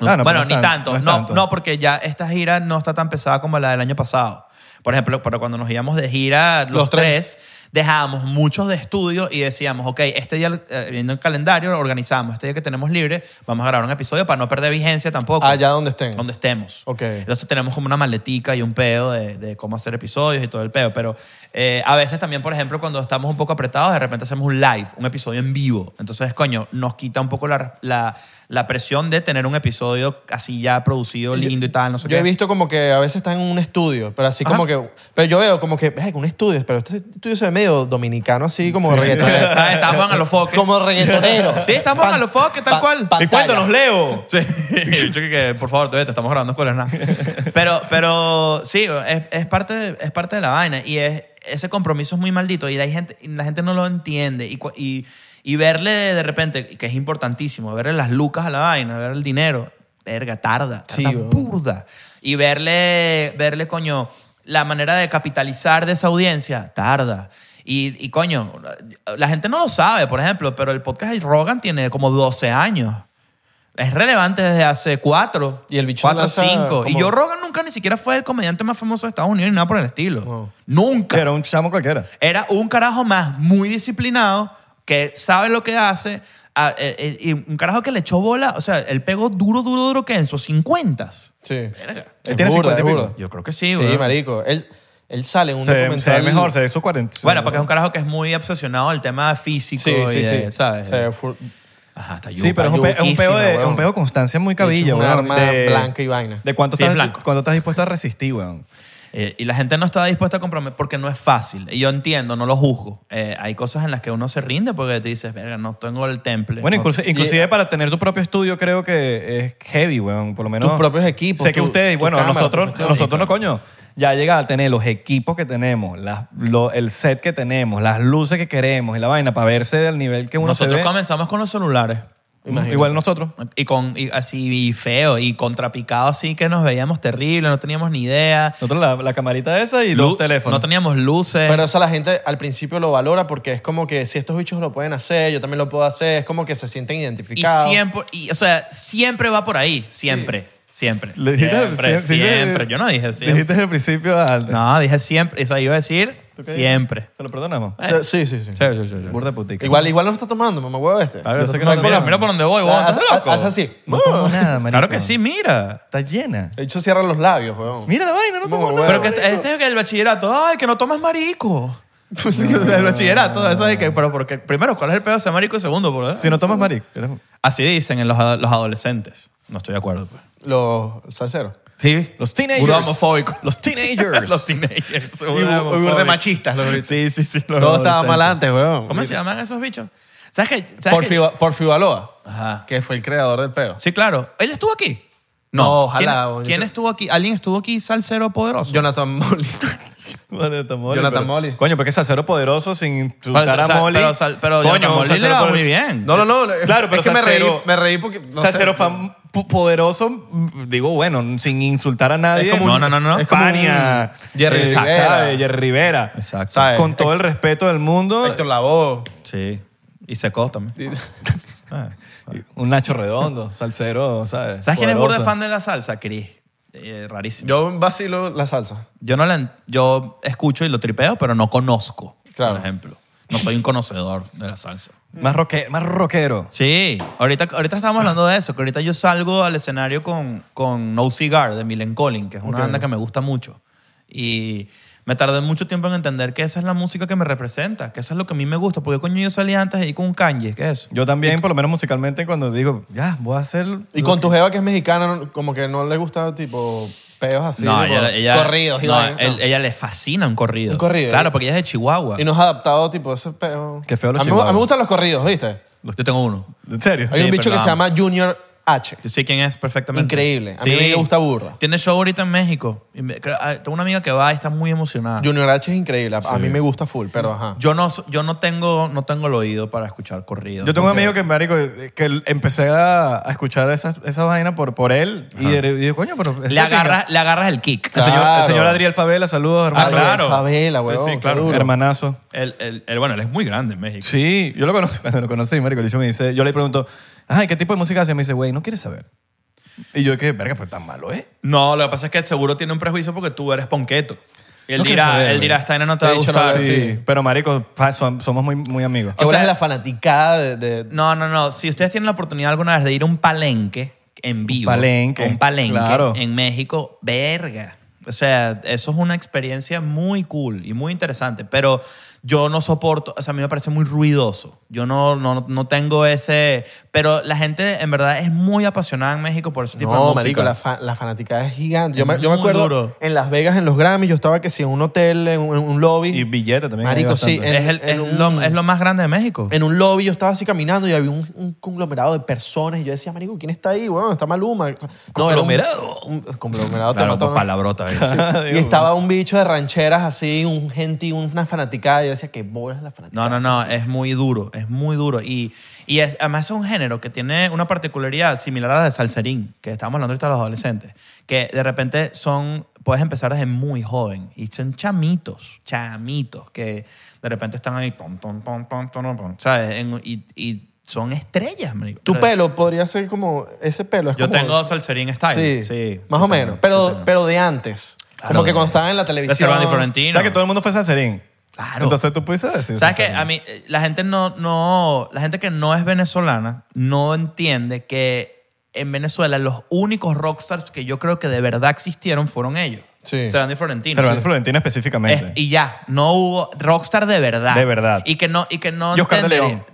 Ah, bueno, no, pero no ni es tan- tanto. no No, es tanto. no, porque ya esta gira no está tan pesada como la del año pasado. Por ejemplo, pero cuando nos íbamos de gira los, Los tres, tres. dejábamos muchos de estudio y decíamos, ok, este día, eh, viendo el calendario, organizamos. Este día que tenemos libre, vamos a grabar un episodio para no perder vigencia tampoco. Ah, Allá donde estén. Donde estemos. Ok. Entonces tenemos como una maletica y un pedo de, de cómo hacer episodios y todo el pedo. Pero eh, a veces también, por ejemplo, cuando estamos un poco apretados, de repente hacemos un live, un episodio en vivo. Entonces, coño, nos quita un poco la, la- la presión de tener un episodio así ya producido, lindo y tal, no sé Yo qué. he visto como que a veces están en un estudio, pero así como que... Pero yo veo como que, "Ay, un estudio, pero este estudio se ve medio dominicano así, como reggaetonero. ¿Sabes? Estamos en los foques. Como reggaetonero. Sí, estamos Pan- a los foques, tal pan- cual. Y pantalla. cuéntanos, Leo. Sí, yo creo que por favor, todavía te estamos grabando escuelas, nada. Pero, pero sí, es, es parte, de- es parte de la vaina y es, ese compromiso es muy maldito y la gente, y la gente no lo entiende y, cu- y, y verle de repente, que es importantísimo, verle las lucas a la vaina, ver el dinero, verga, tarda, tarda Sí, weón. burda. Y verle, verle, coño, la manera de capitalizar de esa audiencia, tarda. Y, y, coño, la gente no lo sabe, por ejemplo, pero el podcast de Rogan tiene como 12 años. Es relevante desde hace cuatro. Y el bicho Cuatro, lanza cinco. como- Y Joe Rogan nunca ni siquiera fue el comediante más famoso de Estados Unidos ni nada por el estilo. Wow. Nunca. Que era un chamo cualquiera. Era un carajo más muy disciplinado que sabe lo que hace. ah, eh, eh, y un carajo que le echó bola. O sea, él pegó duro, duro, duro que en sus cincuentas. Sí. Verga. Él tiene Es burda, 50 y es pico. burda. Yo creo que sí, Sí, weón. marico. Él, él sale en un Se, ve- se documental. ve mejor, se ve sus 40. Bueno, porque es un carajo que es muy obsesionado del tema físico. Sí, sí, y sí. de- ¿Sabes? Eh. Se ve full- Ajá, está Sí, yuca, pero es un, pe- es un peo de, yuquísima, es un peo de constancia muy cabilla, Hecho una weón, arma de- blanca y vaina. De cuánto, Sí, es estás, blanco. cuánto estás dispuesto a resistir, weón. Eh, y la gente no está dispuesta a comprometer porque no es fácil. Y yo entiendo, no lo juzgo. Eh, hay cosas en las que uno se rinde porque te dices, verga, no tengo el temple. Bueno, No- incluso- eh, inclusive para tener tu propio estudio creo que es heavy, weón. Por lo menos. Tus propios equipos, Sé que tu- ustedes, tu bueno, cámara, pues, nosotros, tu cuestión. nosotros no, coño. Ya llega a tener los equipos que tenemos, las- lo- el set que tenemos, las luces que queremos y la vaina para verse del nivel que uno Nosotros se ve. comenzamos con los celulares. Igual nosotros. Y con y así y feo y contrapicado así que nos veíamos terrible, no teníamos ni idea. Nosotros la, la camarita esa y Lu- los teléfonos. No teníamos luces. Pero eso la gente al principio lo valora porque es como que si estos bichos lo pueden hacer, yo también lo puedo hacer. Es como que se sienten y identificados. siempre, y, o sea, siempre va por ahí. Siempre. Siempre. Siempre, Le dijiste- siempre, sí, sí, sí. Yo no dije siempre. Dijiste desde el principio al... No, dije siempre. Eso iba a decir ¿Tú qué siempre. Se lo perdonamos. O sea, sí, sí, sí. Sí, sí, sí, sí. Burda de putica. Igual, igual no está tomando, mamá huevo este. Claro, Yo sé que No, no mira, tomo. mira por dónde voy, vos. Haz- ¿Estás haz- loco? haz así. No tomo nada, marico. Claro que sí, mira. Está llena. De hecho, cierra los labios, huevón. Mira la vaina, no tomo Mamá nada. Pero huevo. que este, este es el bachillerato. Ay, que no tomas marico. el bachillerato, eso es que, pero porque, primero, ¿cuál es el pedo de ser marico? Y Segundo, por Si no tomas maric. Así dicen en los, ad- los adolescentes. No estoy de acuerdo, pues. Los salseros. Sí. Los teenagers. Burda homofóbico. Los teenagers. Los teenagers. Y burda bu- y burda homofóbico. machistas, los- Sí, sí, sí. los Todo estaba adolescentes. mal antes, huevón. ¿Cómo se llaman esos bichos? ¿Sabes qué? ¿Sabes qué? Porfi- Porfi Baloa, Ajá. que fue el creador del peo. Sí, claro. ¿Él estuvo aquí? No, ojalá, ¿Quién- bo- yo ¿Quién, creo- estuvo aquí? ¿Alguien estuvo aquí salsero poderoso? Jonathan Molly. Jonathan Molly. Jonathan pero- Molly. Coño, porque es salsero poderoso sin insultar o sea, a Molly. pero sal- pero Jonathan un Molly salsero le va poder- muy bien. No, no, no. Claro, pero es que me reí, salsero- me reí porque. No salsero sé. fan pu- poderoso, mm, digo, bueno, sin insultar a nadie. Es como un- No, no, no, no. Es como Fania, un Jerry eh, Rivera. ¿sabe? Jerry Rivera. Exacto. ¿Sabes? Con todo el respeto del mundo. Héctor Lavoe. Sí. Y Secó también. Ah. Un Nacho Redondo, salsero, ¿sabes? ¿Sabes quién es burda Poderoso. de fan de la salsa? Chris. Eh, rarísimo. Yo, Yo vacilo la salsa. no la, en- yo escucho y lo tripeo, pero no conozco, Claro. por ejemplo. No soy un conocedor de la salsa. Más, roque- más rockero. Sí, ahorita, ahorita estábamos hablando de eso, que ahorita yo salgo al escenario con, con No Cigar de Milen Collin, que es una Ok. banda que me gusta mucho. Y me tardé mucho tiempo en entender que esa es la música que me representa, que eso es lo que a mí me gusta. Porque coño yo salí antes ahí con un Kanye, ¿qué es eso? Yo también, por lo menos musicalmente, cuando digo, ya, voy a hacer... Y con tu jeva que es mexicana, no- como que no le gusta tipo peos así, no, tipo, ella, ella- corridos y no, vainas, él- no. ella le fascina un corrido. Un corrido, Claro, ¿eh? porque ella es de Chihuahua. Y nos ha adaptado tipo ese peo. Qué feo los a mí, chihuahuas. a mí me gustan los corridos, ¿viste? Yo tengo uno. ¿En serio? Hay Sí, un bicho pero que lo se amo. llama Junior H. Yo sé quién es perfectamente. Increíble. A mí me gusta burda. Tiene show ahorita en México. Y me- creo- ah, Tengo una amiga que va y está muy emocionada. Yo, Junior H es increíble. A, a mí me gusta full, pero ajá. no, so- yo no, tengo, no tengo el oído para escuchar corrido. Yo tengo un amigo que, marico, que empecé a, a escuchar esas, esas vainas por, por él y, de- y digo, coño, pero... este Le tiene- agarras, le agarras el kick. El señor, el Claro. señor Adriel Favela, saludos, Ah, hermano. claro. Favela, huevón, Sí, claro. qué duro. Hermanazo. El, el- el- bueno, él es muy grande en México. Sí, yo lo conocí, cuando lo conocí, marico, el bicho me dice, yo le pregunto, ay, ¿qué tipo de música hace? Me dice, güey, no quieres saber. Y yo, qué verga, pues tan malo, ¿eh? No, lo que pasa es que seguro tiene un prejuicio porque tú eres ponqueto. Y él No quiero dirá, saber, él güey. dirá, esta vaina no te va a De hecho, no gustar. lo- Sí. Sí. Pero, marico, pa- son- somos muy, muy amigos. ¿Qué o bola sea- es la fanaticada de, de- No, no, no. Si ustedes tienen la oportunidad alguna vez de ir a un palenque en vivo. palenque, Un palenque. claro. En México, verga. O sea, eso es una experiencia muy cool y muy interesante. Pero yo no soporto, o sea, a mí me parece muy ruidoso. Yo no, no, no tengo ese... Pero la gente en verdad es muy apasionada en México por ese tipo de no, música. marico, la, fa- la fanaticada es gigante. Yo me, yo me Muy acuerdo duro. en Las Vegas, en los Grammys, yo estaba que sí, en un hotel, en un, en un lobby. Y billete también. hay Marico, sí, bastante. es, el- en es un- lo, es lo más grande de México. en un lobby yo estaba así caminando y había un, un conglomerado de personas y yo decía, marico, ¿quién está ahí? Bueno, está Maluma. No, Conglomerado. era un- un conglomerado. te Claro, mato, por ¿no? palabrota. ¿ves? Y estaba un bicho de rancheras así, un gentil, una fanaticada. Y yo decía, qué bola es la fanaticada. No, no, no, es muy duro, es muy duro. Y, y es, además es un género que tiene una particularidad similar a la de salserín, que estamos hablando ahorita de los adolescentes, que de repente son, puedes empezar desde muy joven y son chamitos, chamitos, que de repente están ahí, pom, pom, pom, pom, pom, pom, ¿sabes? En- y, y son estrellas, marico. Tu Pero- pelo podría ser como ese pelo. Es Yo como- tengo salserín style. Sí, Sí, más sí o menos. tengo, pero, sí tengo. pero de antes. Claro, como que de- cuando estaban en la De televisión. Servando y O Florentino. sea, que todo el mundo fue salserín. Claro. Entonces tú pudiste decir. ¿Sabes qué? salserín. A mí, eh, la gente no, no, la gente que no es venezolana no entiende que en Venezuela los únicos rockstars que yo creo que de verdad existieron fueron ellos. Sí. Serán y Florentino. Pero Sí. el Florentino Es- específicamente. y ya, no hubo rockstar de verdad. De verdad. Y que no, y que no Y Oscar de entendería- León.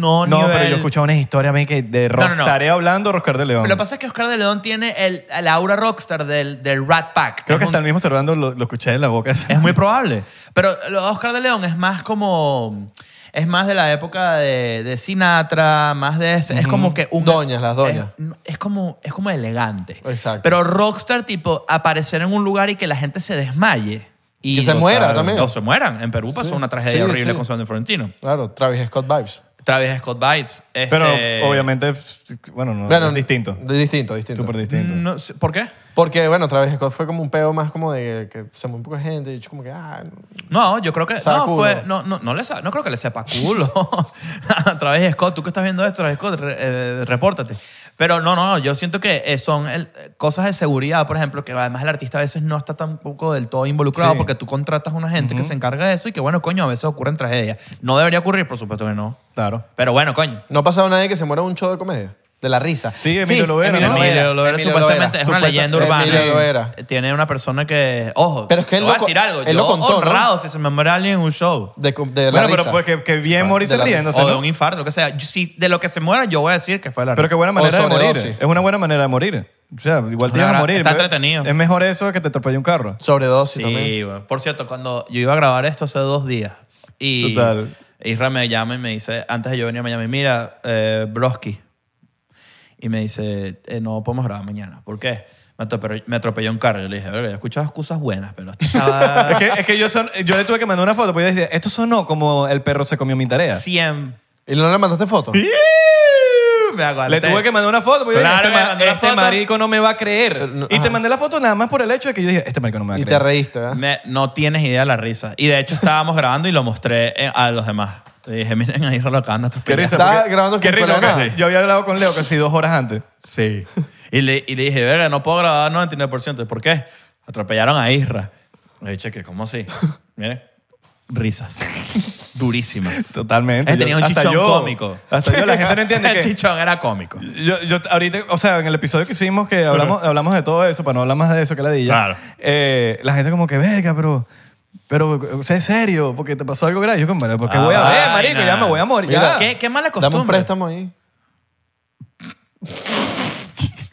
no No, nivel- pero yo he escuchado unas historias a mí, que de no, no. Rockstar hablando Oscar de León. Lo que pasa es que Oscar de León tiene el, el aura rockstar del, del Rat Pack. Creo Es que un- hasta el mismo Servando lo, lo escuché de la boca. Es muy probable. Pero lo de Oscar de León es más como. Es más de la época de, de Sinatra, más de ese. Es como que un. Doñas, las doñas. Es, es como, es como elegante. Exacto. Pero rockstar, tipo, aparecer en un lugar y que la gente se desmaye. Y Que se muera también. O se mueran. En Perú pasó Sí. una tragedia Sí, horrible sí. con San Florentino. Claro, Travis Scott vibes. Ah, Travis Scott este, Bites. Pero obviamente, f- bueno, no, es distinto. Distinto, distinto. Súper distinto. no sé- ¿Por qué? Porque, bueno, Travis Scott fue como un peo más como de que se muy poca gente. Y yo como que, ah, No, yo creo que Sabe no culo. fue no no no, le sa- no creo que le sepa culo. a través de Scott, tú que estás viendo esto, Travis Scott, re- eh, repórtate. Pero no, no, yo siento que eh, son el- eh, cosas de seguridad, por ejemplo, que además el artista a veces no está tampoco del todo involucrado Sí. porque tú contratas a una gente que se encarga de eso y que bueno, coño, a veces ocurren tragedias. No debería ocurrir, por supuesto que no. Claro. Pero bueno, coño. no ha pasado nadie que se muera en un show de comedia. De la risa. Sí, Emilio Lovera, Lovera, ¿no? Emilio Lovera Emilio supuestamente Lovera. es una Supuesta- leyenda urbana. Emilio Lovera. Eh, Tiene una persona que, ojo, Pero es que él te voy lo a decir co- algo, él yo lo contó, ¿no? honrado si se me muere alguien en un show. De, co- de la Bueno, risa. pero pues que, que bien Claro, morirse de la risa. riéndose. o de ¿no? un infarto, lo que sea. Yo- si de lo que se muera, yo voy a decir que fue la Pero qué risa. buena manera O de morir. sobredosis. Es una buena manera de morir. O sea, igual te ibas a Claro, morir. está pero entretenido. Es mejor eso que te atropelle un carro. Sobredosis Sí, también. bueno. Por cierto, cuando yo iba a grabar esto hace dos días y Total. Isra me llama y me dice, antes de yo venir a Miami, mira, eh, Broski. Y me dice, eh, no podemos grabar mañana. ¿Por qué? Me atropelló, me atropelló un carro. Yo le dije, verga, yo he escuchado excusas buenas, pero esto es, estaba que, es que yo, son, yo le tuve que mandar una foto porque yo decía, esto sonó como el perro se comió mi tarea. 100. ¿Y no le mandaste foto? Me aguanté. Le tuve que mandar una foto porque yo Claro, dije, me este, ma- mandó una este foto. marico no me va a creer. no, y te ajá. mandé la foto nada más por el hecho de que yo dije, este marico no me va a Y creer. te reíste, ¿verdad? Me- no tienes idea de la risa. Y de hecho estábamos grabando y lo mostré eh, a los demás. Le dije, miren, ahí lo acaban de Qué atropellar. risa. Estaba porque- grabando qué con risa, Colana. porque Yo había hablado con Leo casi dos horas antes. Sí. Y le, y le dije, verga, no puedo grabar 99%. ¿Por qué? Atropellaron a Isra. Le dije, que ¿cómo así? Miren, risas. Durísimas. Totalmente. Él Yo- tenía un hasta chichón yo- cómico. Hasta yo, la gente no entiende El que... chichón era cómico. Yo, yo ahorita, o sea, en el episodio que hicimos que hablamos, hablamos de todo eso, para no hablar más de eso que la dilla. Claro. eh, la gente como que, venga, pero, pero, sé serio, porque te pasó algo grave. Yo como, porque Ah, voy a ver, vaina. marico, ya me voy a morir. Mira, ya. ¿Qué, qué mala Dame costumbre. un préstamo ahí.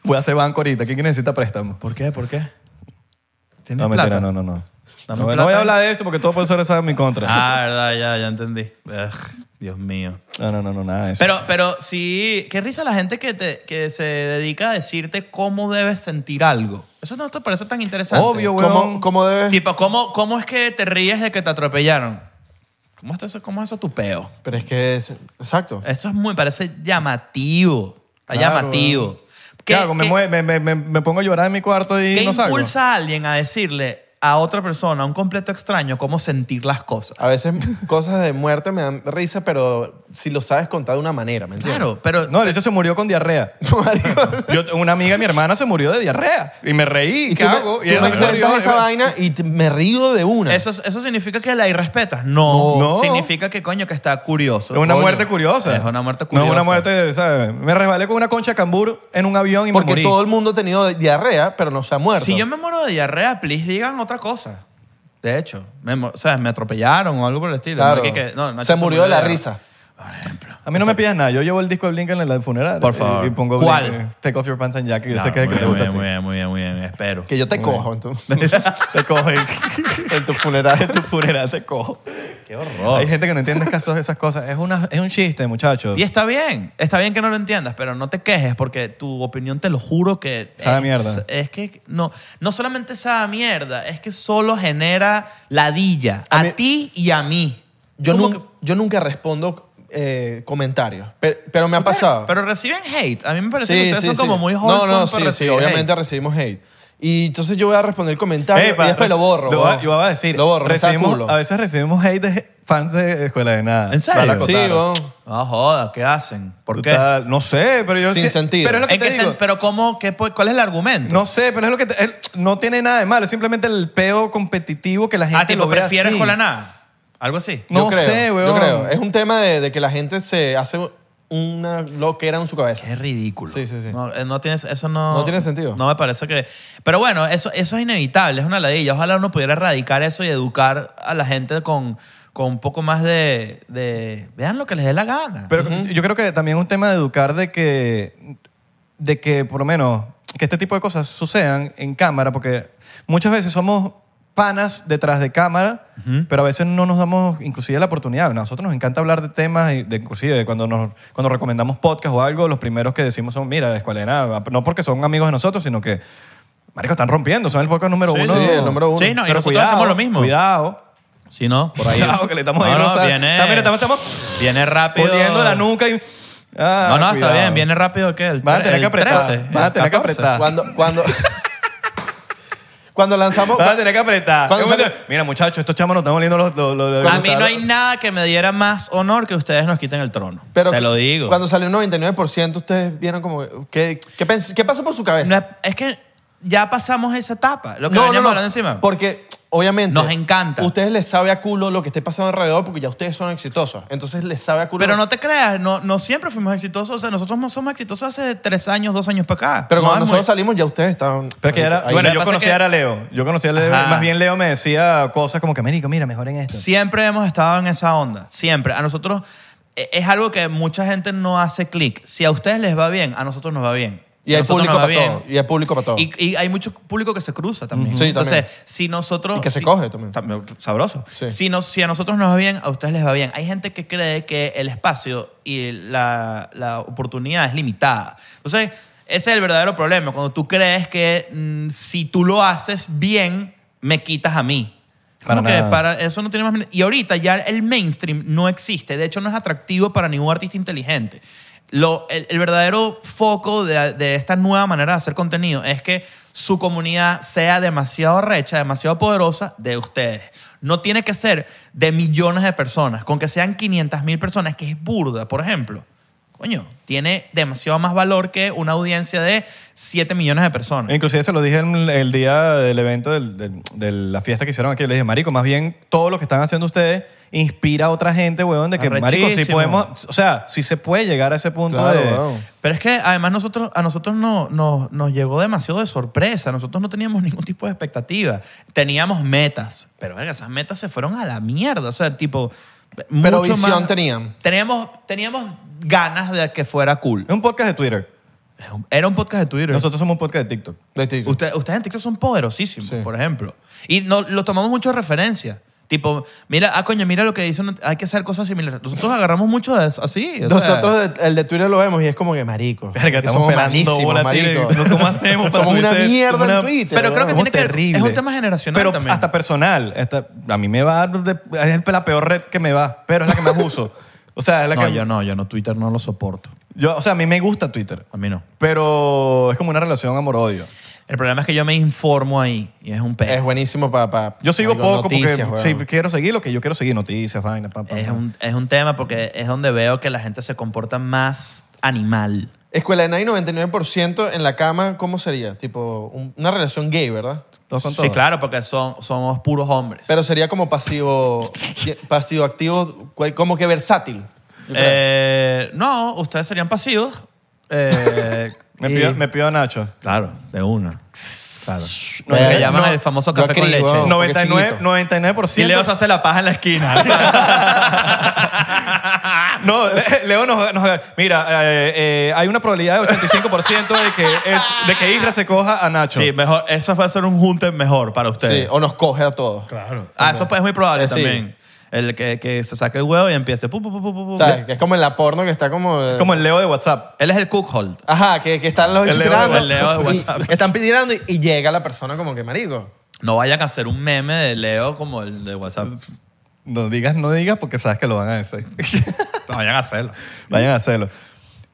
Voy a hacer banco ahorita. ¿Quién necesita préstamo? ¿Por qué? ¿Por qué? ¿Tienes No, plata? mentira, no, no, no. Dame No, plata. no voy a hablar de eso porque todo puede ser usado en mi contra. Ah, verdad, ya, ya entendí. Ugh, Dios mío. No, no, no, no, nada de eso. Pero, pero sí, qué risa la gente que, te, que se dedica a decirte cómo debes sentir algo. Eso no te parece tan interesante. Obvio, güey. ¿Cómo, cómo debes...? Tipo, ¿cómo, ¿cómo es que te ríes de que te atropellaron? ¿Cómo es eso, cómo es eso tu peo? Pero es que es... Exacto. Eso es muy, parece llamativo. Está Claro, llamativo. ¿Qué, ¿Qué hago? Me, qué- mue- me, me, me- me pongo a llorar en mi cuarto y qué no salgo. impulsa a alguien a decirle a otra persona, a un completo extraño, cómo sentir las cosas? A veces cosas de muerte me dan risa, pero si lo sabes contar de una manera, ¿me entiendes? Claro, pero No, de hecho se murió con diarrea. Marico, Yo, una amiga de mi hermana se murió de diarrea. Y me reí. ¿Qué tú me- hago? tú Y me ella se murió. cuentas esa vaina y te- me río de una. eso, eso significa que la irrespetas. No, No. Significa que, coño, que está curioso. Es una Coño. muerte curiosa. Es una muerte No curiosa. es una muerte, ¿sabes? Me resbalé con una concha de cambur en un avión y me Porque morí. todo el mundo ha tenido diarrea, pero no se ha muerto. Si yo me muero de diarrea, please digan otra cosa. De hecho, me, mu- o sea, me atropellaron o algo por el estilo. Claro. No, que- que- no, Nacho se murió de la diarrea. risa. Por ejemplo. A mí no me pidas nada. Yo llevo el disco de Blink en la funeral. Por favor. Y, y pongo ¿Cuál? Blink, Take off your pants and jacket. Yo sé Claro, que es el que te muy gusta a bien, ti. muy bien, muy bien, muy bien, espero. Que yo te bien. cojo en tu, Te cojo. y- en tu funeral. en tu funeral te cojo. Qué horror. Hay gente que no entiende casos, esas cosas. Es, una, es un chiste, muchachos. Y está bien, está bien que no lo entiendas, pero no te quejes porque tu opinión te lo juro que... Sabe es, mierda. Es que no, no solamente sabe mierda, es que solo genera ladilla a, A mí- ti y a mí. Yo, Como nun- yo nunca respondo eh, comentarios, pero, pero me ha que- pasado. Pero reciben hate. A mí me parece que ustedes son como muy jóvenes. No, no, sí, sí, obviamente recibimos hate. Y entonces yo voy a responder el comentario Ey, pa, y después lo reci- borro. Yo, weón. yo iba a decir, Lo borro, me saca recibimos- culo. a veces recibimos hate de fans de Escuela de Nada. ¿En serio? Para Sí, acotar. weón. No joda, ¿qué hacen? ¿Por qué? Total, No sé, pero yo... Sin sí- sentido. Pero es lo que ¿En te qué digo. sen- pero cómo, qué, po- ¿cuál es el argumento? No sé, pero es lo que... te- el- no tiene nada de malo. Es simplemente el peo competitivo que la gente ah, tipo, lo ve ¿prefieres así. con la nada? Algo así. No yo creo, sé, weón. Yo creo. Es un tema de, de que la gente se hace una loquera en su cabeza. Qué ridículo. Sí, sí, sí. No, eh, no tienes, eso no... No tiene sentido. No me parece que... Pero bueno, eso, eso es inevitable, es una ladilla. Ojalá uno pudiera erradicar eso y educar a la gente con, con un poco más de, de- vean lo que les dé la gana. Pero yo creo que también es un tema de educar de que, de que por lo menos, que este tipo de cosas sucedan en cámara, porque muchas veces somos panas detrás de cámara, pero a veces no nos damos inclusive la oportunidad. A nosotros nos encanta hablar de temas, y de, inclusive de cuando, nos, cuando recomendamos podcast o algo, los primeros que decimos son, mira, de escuela de nada, no porque son amigos de nosotros, sino que, marico, están rompiendo, son el podcast número Sí, uno. sí, el número uno. Sí, no, y nosotros hacemos lo mismo. Cuidado. Si no, por ahí. Cuidado, que le estamos ahí, No, no, Rosa. viene- Ah, mira, estamos- estamos Viene rápido. poniendo la nuca y. Ah, No, no, está cuidado. bien. Viene rápido que el Van a tener el que apretar. 13, Van a el tener que 14. apretar. Cuando, cuando, cuando lanzamos... Ah, Vas a tener que apretar. ¿Cuándo Yo me- sale? Mira, muchachos, estos chamos nos están oliendo los. los, los- los- A mí no hay nada que me diera más honor que ustedes nos quiten el trono. Pero Te lo digo. Cuando salió un 99%, ustedes vieron como... ¿Qué, qué, pens- qué pasó por su cabeza? No es, es que ya pasamos esa etapa. Lo que veníamos hablando encima. Porque, obviamente. Nos encanta. Ustedes les sabe a culo lo que esté pasando alrededor porque ya ustedes son exitosos. Entonces les sabe a culo. Pero no te creas, no, no siempre fuimos exitosos. O sea, nosotros no somos exitosos hace tres años, dos años para acá. Pero No cuando es muy- nosotros salimos, ya ustedes estaban. Pero es que era, Ahí. bueno, Lo que yo pasa conocía es que- a Leo. Yo conocía a Leo. Ajá. Más bien Leo me decía cosas como que, Mérico, mira, mejor en esto. Siempre hemos estado en esa onda, siempre. A nosotros eh, es algo que mucha gente no hace clic. Si a ustedes les va bien, a nosotros nos va bien. Si y a hay nosotros público nos va para bien, todo. Y hay público para todo. Y, y hay mucho público que se cruza también. Ujú. Sí, Entonces, también. si nosotros... Y que se si- coge también. Sabroso. Sí. Si, nos- si a nosotros nos va bien, a ustedes les va bien. Hay gente que cree que el espacio y la, la oportunidad es limitada. Entonces, ese es el verdadero problema. Cuando tú crees que mm, si tú lo haces bien, me quitas a mí. Para Como que nada. para- eso no tiene más... men- Y ahorita ya el mainstream no existe. De hecho, no es atractivo para ningún artista inteligente. Lo, el, el verdadero foco de, de esta nueva manera de hacer contenido es que su comunidad sea demasiado recha, demasiado poderosa de ustedes. No tiene que ser de millones de personas. Con que sean 500 mil personas, que es burda, por ejemplo. Coño, tiene demasiado más valor que una audiencia de 7 millones de personas. Inclusive se lo dije el, el día del evento, del- del- de la fiesta que hicieron aquí. Yo le dije, marico, más bien todo lo que están haciendo ustedes inspira a otra gente, weón, de que, marico, si Arrechísimo. podemos... O sea, si se puede llegar a ese punto Claro, de... weón. Pero es que además nosotros, a nosotros no, no- nos llegó demasiado de sorpresa. Nosotros no teníamos ningún tipo de expectativa. Teníamos metas, pero verga, esas metas se fueron a la mierda. O sea, tipo. Pero mucho visión más- tenían. Teníamos, teníamos ganas de que fuera cool. Es un podcast de Twitter. Era un podcast de Twitter. Nosotros somos un podcast de TikTok. De ti. Usted- ustedes en TikTok son poderosísimos, Sí. por ejemplo. Y no, lo tomamos mucho de referencia. Tipo, mira, ah, coño, mira lo que dicen, hay que hacer cosas similares. Nosotros agarramos mucho de eso, así. o sea- Nosotros de- el de Twitter lo vemos y es como que marico. Verga, que estamos somos pelando malísimos, bola, marico. tío, ¿cómo hacemos para Somos una subirse- mierda una- en Twitter. Pero creo que weón. tiene que es un tema generacional pero también. hasta personal. Esta- a mí me va. de- es la peor red que me va, pero es la que más uso. O sea, es la No, que. yo no, yo no, Twitter no lo soporto. yo- o sea, a mí me gusta Twitter, A mí no. pero es como una relación amor-odio. El problema es que yo me informo ahí y es un Es peo. buenísimo para. Pa, Yo sigo marico, poco noticias, porque weón. si quiero seguir lo que yo quiero seguir, noticias, vainas, pam, pam, Es pam. un, es un tema porque es donde veo que la gente se comporta más animal. Escuela de Nai 99% en la cama, ¿cómo sería? Tipo, un- una relación gay, ¿verdad? Todos con Sí, todos. claro, porque son, somos puros hombres. Pero sería como pasivo, pasivo activo, cual- como que versátil. Eh, no, ustedes serían pasivos. Eh, Me y- pidió, me pidió a Nacho. Claro, de una. Claro. Lo No, que no, llaman no, el famoso no café con escribo. leche. No, porque 99, chiquito. 99%. Si Leo se hace la paja en la esquina. ¿sabes? No, Le- Leo nos... nos- mira, eh, eh, hay una probabilidad de 85% de que, es- de que Isra se coja a Nacho. sí, mejor, eso va a ser un junte mejor para ustedes. Sí, o nos coge a todos. Claro. Ah, eso pues, es muy probable Eh, sí. también. El que, que se saque el huevo y empiece. pu, pu, pu, pu, pu, pu. O sea, que es como en la porno que está como... eh, Como el Leo de WhatsApp. Él es el cookhold. Ajá, que, que están los El bichos Leo- tirando. el Leo de y- WhatsApp. Están tirando y, y llega la persona como que marico. No vayan a hacer un meme de Leo como el de WhatsApp. No digas, no digas porque sabes que lo van a hacer. No vayan a hacerlo. Vayan a hacerlo.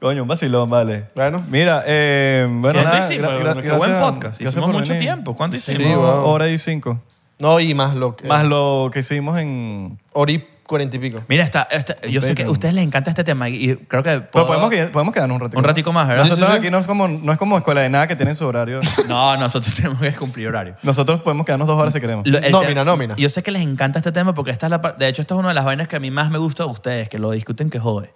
Coño, un vacilón, vale. Bueno. Mira, eh, bueno, ¿Cuánto nada, hicimos? gra- gra- Qué gracias- buen podcast. gracias Hicimos por mucho venir. tiemos. ¿Cuánto Hicimos hicimos? wow. hora y cinco. No, y más lo que... Más lo que hicimos en... Ori cuarenta y pico. Mira, está, está- yo sé que a ustedes les encanta este tema y creo que... Pero puedo- podemos, qued- podemos quedarnos un ratito. Un ratico más, ¿verdad? Nosotros Sí, sí, sí. aquí no es, como, no es como escuela de nada que tienen su horario. No, nosotros tenemos que cumplir horario. Nosotros podemos quedarnos dos horas si queremos. Lo- el Nómina, te- nómina. Yo sé que les encanta este tema porque esta es la par- De hecho, esta es una de las vainas que a mí más me gusta de ustedes, que lo discuten que jode.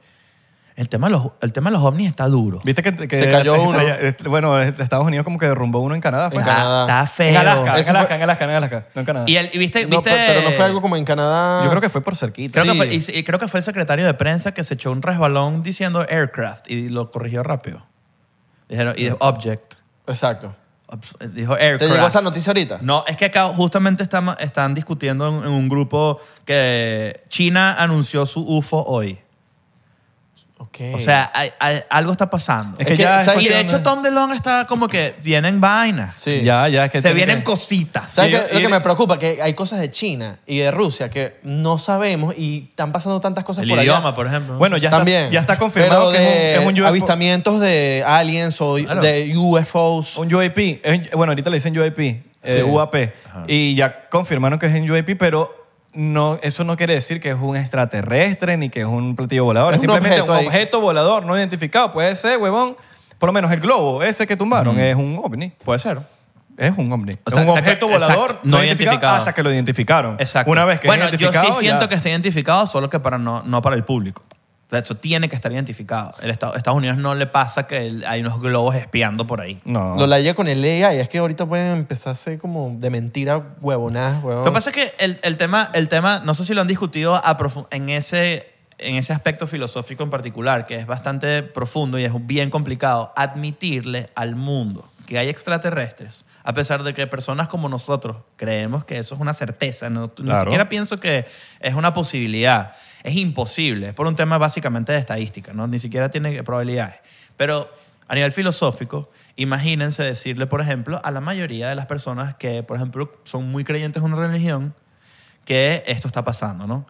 El tema de los, el tema de los ovnis está duro. ¿Viste que, que Se cayó uno. bueno, Estados Unidos como que derrumbó uno en Canadá. fue. En Está- Canadá. Está feo. En Alaska, en Eso fue- Alaska, en Alaska, en Alaska, no en Canadá. Y, el- y viste, No, viste- pero, pero no fue algo como en Canadá. Yo creo que fue por cerquita. Creo, que Sí. fue, y- y creo que fue el secretario de prensa que se echó un resbalón diciendo aircraft y lo corrigió rápido. Dijeron, y dijo object. Exacto. Obs- Dijo ¿Te aircraft. llegó esa noticia ahorita? No, es que acá justamente estamos- están discutiendo en, en un grupo que China anunció su UFO hoy. Okay. O sea, hay- hay- algo está pasando. Es que, ¿sabes? y de cuestión hecho Tom DeLong está como que vienen vainas. sí. Ya, ya. es que se tiene vienen que- cositas. ¿Sabes Sí, qué? y- lo que me preocupa? Que hay cosas de China y de Rusia que no sabemos y están pasando tantas cosas El por idioma, allá. por ejemplo. Bueno, ya, También. Está, ya está confirmado Pero que de es un, es un UFO. avistamientos de aliens o Claro. de UFOs. Un UAP. es un- bueno, ahorita le dicen UAP, eh, Sí. UAP. Y ya confirmaron que es un UAP, pero no, eso no quiere decir que es un extraterrestre ni que es un platillo volador. Es un Simplemente objeto ahí. un objeto volador no identificado. Puede ser, huevón. Por lo menos el globo ese que tumbaron es un ovni. puede ser. Es un ovni. O sea, es un exacto, objeto exacto, volador no no, identificado. identificado, hasta que lo identificaron. Exacto. Una vez que es bueno, yo identificado, sí siento ya. que está identificado, solo que para no, no para el público. O sea, eso tiene que estar identificado. El Estado- Estados Unidos no le pasa que el- hay unos globos espiando por ahí. No. Lo la idea con el AI es que ahorita pueden empezar a hacer como de mentira huevonadas, huevón. Lo que pasa es que el, el tema, el tema, no sé si lo han discutido a profu- en, ese, en ese aspecto filosófico en particular, que es bastante profundo y es bien complicado, admitirle al mundo que hay extraterrestres, a pesar de que personas como nosotros creemos que eso es una certeza, no, ni Claro. siquiera pienso que es una posibilidad, es imposible, es por un tema básicamente de estadística, ¿no? ni siquiera tiene probabilidades. Pero a nivel filosófico, imagínense decirle, por ejemplo, a la mayoría de las personas que, por ejemplo, son muy creyentes en una religión, que esto está pasando, ¿no?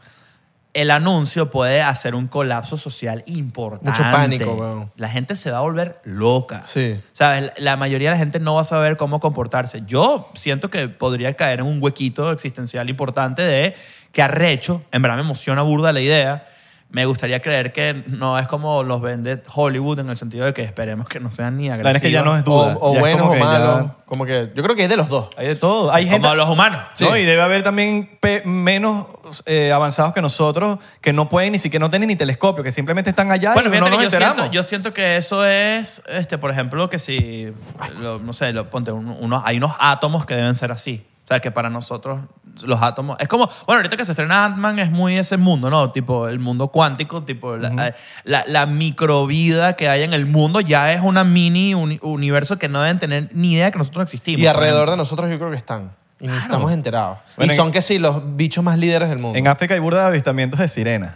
El anuncio puede hacer un colapso social importante. Mucho pánico, weón. La gente se va a volver loca. Sí. ¿Sabes? La mayoría de la gente no va a saber cómo comportarse. Yo siento que podría caer en un huequito existencial importante de que arrecho. En verdad me emociona burda la idea. Me gustaría creer que no es como los vende Hollyvault en el sentido de que esperemos que no sean ni agresivos. verdad es que ya no es duda. O, o Ya es buenos como o que ya- malos. Como que yo creo que es de los dos. Hay de todo. Hay gente, Como los humanos. ¿no? Y debe haber también pe- menos eh, avanzados que nosotros que no pueden ni siquiera no tienen ni telescopio, que simplemente están allá Bueno, y no fíjate nos que yo enteramos. siento, yo siento que eso es, este, por ejemplo, que si, lo- no sé, lo- ponte un- unos, hay unos átomos que deben ser así. O sea, que para nosotros los átomos... Es como, bueno, ahorita que se estrena Ant-Man es muy ese mundo, ¿no? Tipo el mundo cuántico, tipo la, la- la microvida que hay en el mundo ya es una mini uni- universo que no deben tener ni idea que nosotros existimos. Y por alrededor ejemplo. de nosotros yo creo que están. Y ni estamos enterados. Bueno, y en- son que sí, los bichos más líderes del mundo. En África hay burda de avistamientos de sirenas.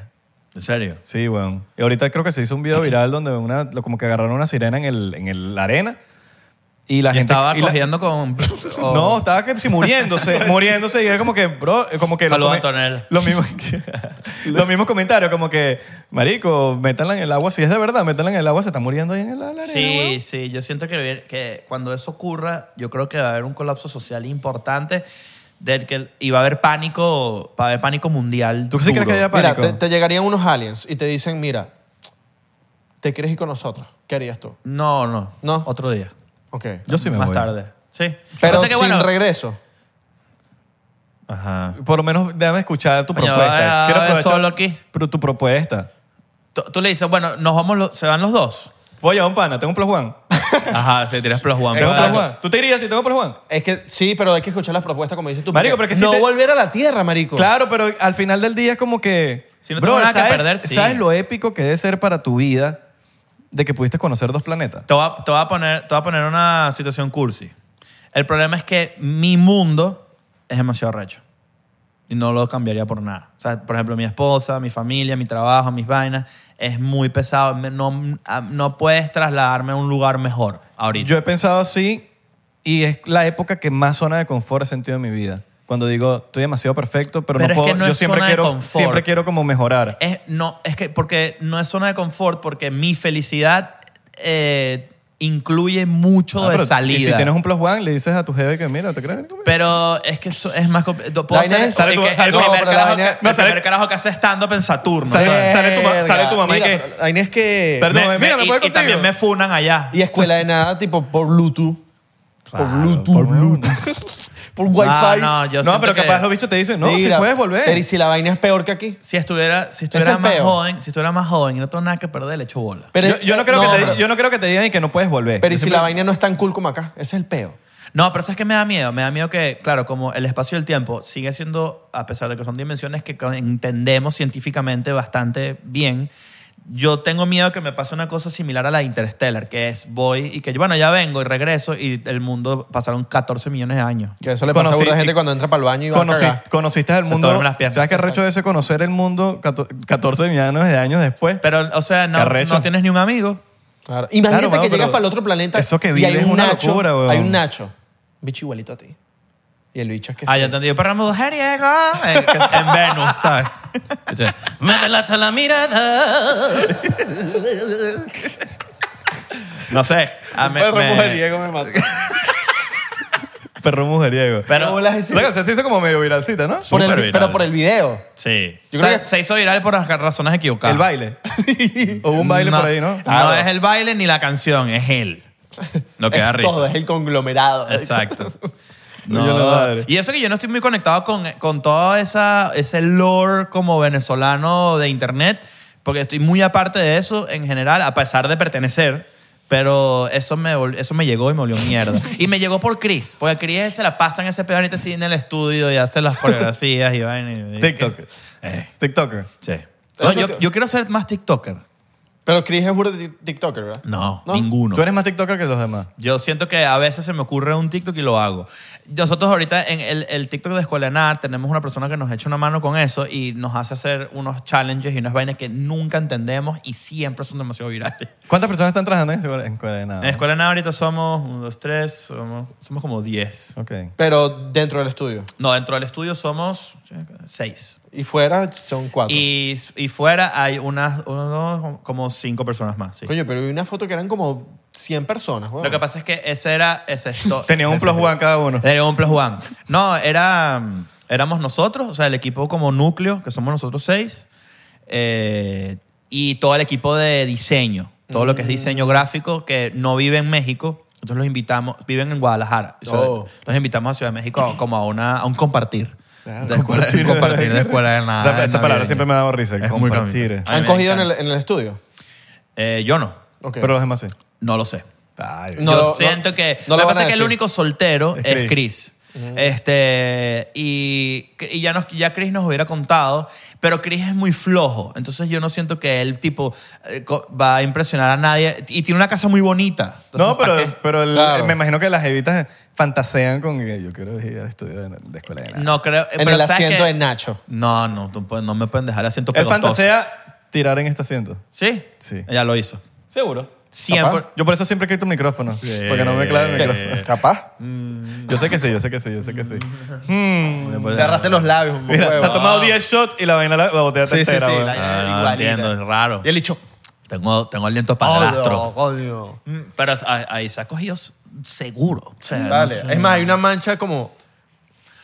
En serio. Sí, weón. Y ahorita creo que se hizo un video viral donde una, lo- como que agarraron una sirena en, el, en el, la arena y la Y gente... estaba y la- cogiendo con... o- No, estaba que, sí, muriéndose, muriéndose y era como que, bro, eh, como que... Saludos, come- Antonella. Los mismos, los mismos comentarios, como que, marico, métanla en el agua, si es de verdad, métanla en el agua, se está muriendo ahí en el, la arena, Sí, weón. sí, yo siento que, vi- que cuando eso ocurra, yo creo que va a haber un colapso social importante del que, y va a haber pánico, va a haber pánico mundial. ¿Tú sí crees duro. que haya Mira, pánico? te, te llegarían unos aliens y te dicen, mira, ¿te quieres ir con nosotros? ¿Qué harías tú? No, no, No. otro día. Ok. Yo sí me Más voy. tarde. Sí. Pero Pasa sin regreso. Ajá. Por lo menos déjame escuchar tu Coño, propuesta. vaya, Quiero vaya aprovechar solo aquí. pro- tu propuesta. Tú, tú le dices, bueno, nos vamos, los- se van los dos. Voy a un pana, tengo un plus one. Ajá, te tiras plus one. Tengo un ¿verdad? plus one. ¿Tú te irías si tengo plus one? Es que sí, pero hay que escuchar las propuestas como dices tú. Marico, porque pero que si no te- volver a la Tierra, marico. Claro, pero al final del día es como que... Si no tengo nada que ¿sabes, perder, sí. ¿Sabes lo épico que debe ser para tu vida de que pudiste conocer dos planetas? Te voy, a, te voy a poner, te voy a poner una situación cursi. El problema es que mi mundo es demasiado recho. Y no lo cambiaría por nada. O sea, por ejemplo, mi esposa, mi familia, mi trabajo, mis vainas, es muy pesado. Me- No, a- no puedes trasladarme a un lugar mejor ahorita. Yo he pensado así y es la época que más zona de confort he sentido en mi vida. Cuando digo, estoy demasiado perfecto, pero, Pero no es que puedo... no yo es siempre zona de quiero, confort. Siempre quiero como mejorar. Es, no, es que porque no es zona de confort, porque mi felicidad eh, incluye mucho Ah, de pero- salida. Y si tienes un plus one, le dices a tu jefe que mira, ¿te crees? Pero es que eso es más complicado. Puedo La vaina ser- es- el Sale tu- que- el sale tu- primer no, pero la carajo que- vaina- no, el sale- primer carajo que hace stand-up en Saturno. Sale- ¿sabes? sale tu ma- sale tu mamá y Mira, que- pero la vaina es que... Perdón, Me- me- mira, me y- puedo ir y, contigo. también me funan allá. Y escuela de nada, tipo por Bluetooth. por Bluetooth. por Bluetooth. Por por wifi. Ah, no, yo no, siento pero que capaz los bichos te dicen, no, si Mira, puedes volver. Pero y si la vaina es peor que aquí. Si estuviera, si estuviera es más peor. joven, si estuviera más joven y no tengo nada que perder, le echo bola. Pero, yo, yo no creo no, que te, pero- yo no creo que te digan y que no puedes volver. Pero y Yo si siempre- la vaina no es tan cool como acá. Ese es el peo. No, pero ¿sabes qué me da miedo? Me da miedo que, claro, como el espacio y el tiempo sigue siendo, a pesar de que son dimensiones que co- entendemos científicamente bastante bien, yo tengo miedo que me pase una cosa similar a la de Interstellar, que es voy y que, bueno, ya vengo y regreso y el mundo pasaron 14 millones de años. Que eso le pasa a Conocí- mucha gente cuando entra para el baño y va a Conocí- cagar. conociste el Se te mundo. duermen las piernas. ¿Sabes qué arrecho ese conocer el mundo cato- 14 millones de años después? Pero, o sea, Qué no, arrecho. no tienes ni un amigo. Claro. Imagínate Claro, que mano, llegas pero para el otro planeta eso que y vive hay es un una Nacho, locura, weón. Hay un Nacho. Bicho igualito a ti. Y el bicho es que Ah, sí. yo entendí. Pero mujer llega en, ah, eh, que es en Venus, ¿sabes? Me delata la mirada. No sé. Ah, me- Perro me- mujeriego pues, me mató. Perro mujeriego. Pero, Bolas ese- Luego, o sea, se hizo como medio viralcita, ¿no? Por el- Súper viral. pero por el video. Sí. Yo O sea, creo que- se hizo viral por las razones equivocadas. El baile. Hubo un baile por ahí, ¿no? No Claro. es el baile ni la canción, es él. No queda es risa. Todo es el conglomerado. Exacto. No, No, yo no, madre. y eso que yo no estoy muy conectado con, con todo esa, ese lore como venezolano de internet, porque estoy muy aparte de eso en general, a pesar de pertenecer. Pero eso me, vol- eso me llegó y me volvió mierda. y me llegó por Chris, porque Chris se la pasa en ese peor y te sigue en el estudio y hace las coreografías y va y- TikTok. Eh, TikToker. sí. No, Eso yo, te- yo quiero ser más TikToker. Pero Chris es burda de tic- TikToker, ¿verdad? No, ¿No? ninguno. Tú eres más TikToker que los demás. Yo siento que a veces se me ocurre un TikTok y lo hago. Nosotros ahorita en el, el TikTok de Escuela de Nada tenemos una persona que nos echa una mano con eso y nos hace hacer unos challenges y unas vainas que nunca entendemos y siempre son demasiado virales. ¿Cuántas personas están trabajando en escuela- en escuela de nada? En Escuela de Nada ahorita somos 1, 2, 3, somos, somos como 10. Ok. Pero dentro del estudio. No, dentro del estudio somos 6. Y fuera son cuatro. Y, y fuera hay unas, uno, dos, como 5 personas más. sí. Coño, pero vi una foto que eran como 100 personas, weón. Lo que pasa es que ese era... Ese esto- Tenía un ese- plus one cada uno. Era un plus one. No, era, éramos nosotros, o sea, el equipo como núcleo, que somos nosotros seis, eh, y todo el equipo de diseño, todo lo que es diseño Mm. gráfico, que no vive en México. Entonces los invitamos, viven en Guadalajara. O sea, Oh. Los invitamos a Ciudad de México a- como a, una, a un compartir. Claro. De escuela- Compartir. compartir de escuela de nada. Esa- esa navideña. palabra siempre me ha dado risa, Es muy compartir. cómico. A mí ¿Han me cogido en el, encanta. en el estudio? Eh, yo no. Ok. Pero los demás sí. No lo sé. No yo lo- no- siento que. no lo lo que van pasa a es que el decir. único soltero Es es Chris. Chris. Este, y, y ya, nos, ya Chris nos hubiera contado, pero Chris es muy flojo. Entonces yo no siento que él, tipo, eh, co- va a impresionar a nadie. Y tiene una casa muy bonita. Entonces, No, ¿para pero, qué? pero el- Claro. me imagino que las evitas fantasean con que yo quiero ir al estudio de, de escuela de nada. No creo. En el asiento de Nacho. No, no, tú puedes- no me pueden dejar el asiento Él pegostoso. fantasea tirar en este asiento. ¿Sí? Sí. Ella lo hizo. ¿Seguro? Siempre. Yo por eso siempre quito el micrófono. Porque no me clave el micrófono. Capaz. Yo sé que sí, yo sé que sí, yo sé que sí. Hmm. Pues, Cerraste los labios un Mira, se ha huevo. tomado 10 shots y la vaina la, la botella Sí, sí, te entera, sí, weón. la- Ah, Igualita. entiendo, es raro. Y el dicho, Tengo, tengo aliento Oh, padrastro. odio, odio. Mm, Pero a- ahí se ha cogido s- seguro. O sea, no Dale. sé. Es más, hay una mancha como...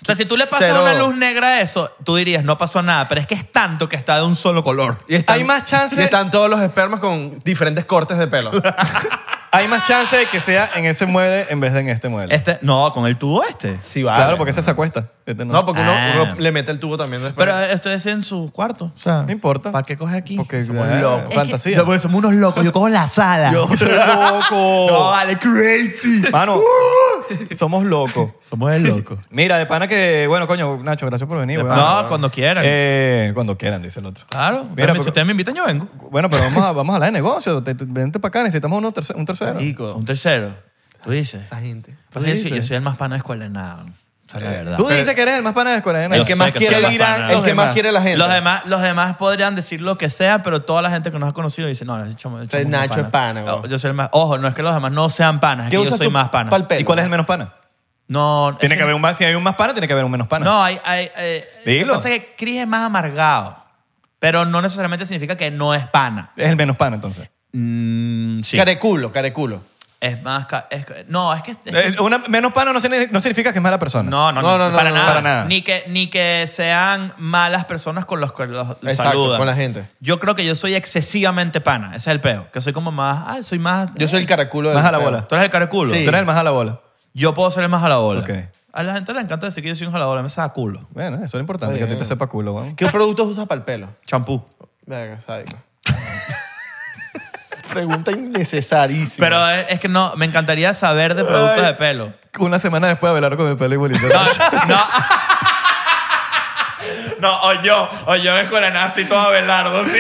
O sea, si tú le pasas Cero. una luz negra a eso, tú dirías, no pasó nada, pero es que es tanto que está de un solo color. y están- Hay más chance- Y están todos los espermas con diferentes cortes de pelo. Hay más chance de que sea en ese mueble en vez de en este mueble. Este, no, con el tubo este. Sí, vale. claro, porque ese se acuesta. Este no. No, porque uno, Ah. uno le mete el tubo también después. Pero esto es en su cuarto. O sea, No importa. ¿Para qué coges aquí? Porque, somos ah, locos. fantasía. Es que- porque somos unos locos. Yo cojo la sala. soy No, loco. vale, crazy. Mano, somos locos. Somos el loco. Mira, de pana que, bueno, coño, Nacho, gracias por venir. De weón. pana, No, weón. cuando quieran. Eh, cuando quieran, dice el otro. Claro. Mira, Mira, porque- si ustedes me invitan, yo vengo. Bueno, pero vamos a, vamos a hablar de negocio. Te- te- Vente para acá, necesitamos uno terce- un tercero. Marico, Un tercero. Tú dices. esa gente. Pues yo, dices. soy, yo soy el más pana de escuela de nada. O sea, la verdad. Tú dices que eres el más pana de escuela. ¿eh? Yo El que sé más que quiere soy el más dirán pana. los El que demás. más quiere la gente. Los demás, los demás podrían decir lo que sea, pero toda la gente que nos ha conocido dice, no, el chamo, el chamo Entonces, no Nacho es pana, No, güey. Yo soy el más... Ojo, no es que los demás no sean panas, es que yo soy más pana. pa'l pelo? ¿Y cuál es el menos pana? No, es Tiene que haber un más, si hay un más pana, tiene que haber un menos pana. No, hay... hay eh, Dilo. Lo que pasa es que Chris es más amargado, pero no necesariamente significa que no es pana. Es el menos pana, entonces. Mm, sí. Careculo, careculo. Es más... ca- es- no, es que... es que- Eh, una- menos pana no, signi- no significa que es mala persona. no, no, No, no, no, no, para, no, nada. para nada. Ni que, ni que sean malas personas con los que los Exacto, saludan. con la gente. Yo creo que yo soy excesivamente pana. Ese es el peo. Que soy como más... Ah, soy más... Yo soy el caraculo. del Más a la peo. bola. Tú eres el caraculo. Sí. Tú eres el más a la bola. Yo puedo ser el más a la bola. Ok. A la gente le encanta decir que yo soy un jalador. A mí me saca culo. Bueno, eso es lo importante, Está que a ti bien. te sepa culo, weón. ¿Qué productos usas para el pelo? Champú. Verga, sádico. Pregunta innecesarísima. Pero es, es que no, me encantaría saber de productos Ay. de pelo. Una semana después de velar con el pelo igualito. No. No, o yo, o yo en escuela de nada, así todo Abelardo, sí.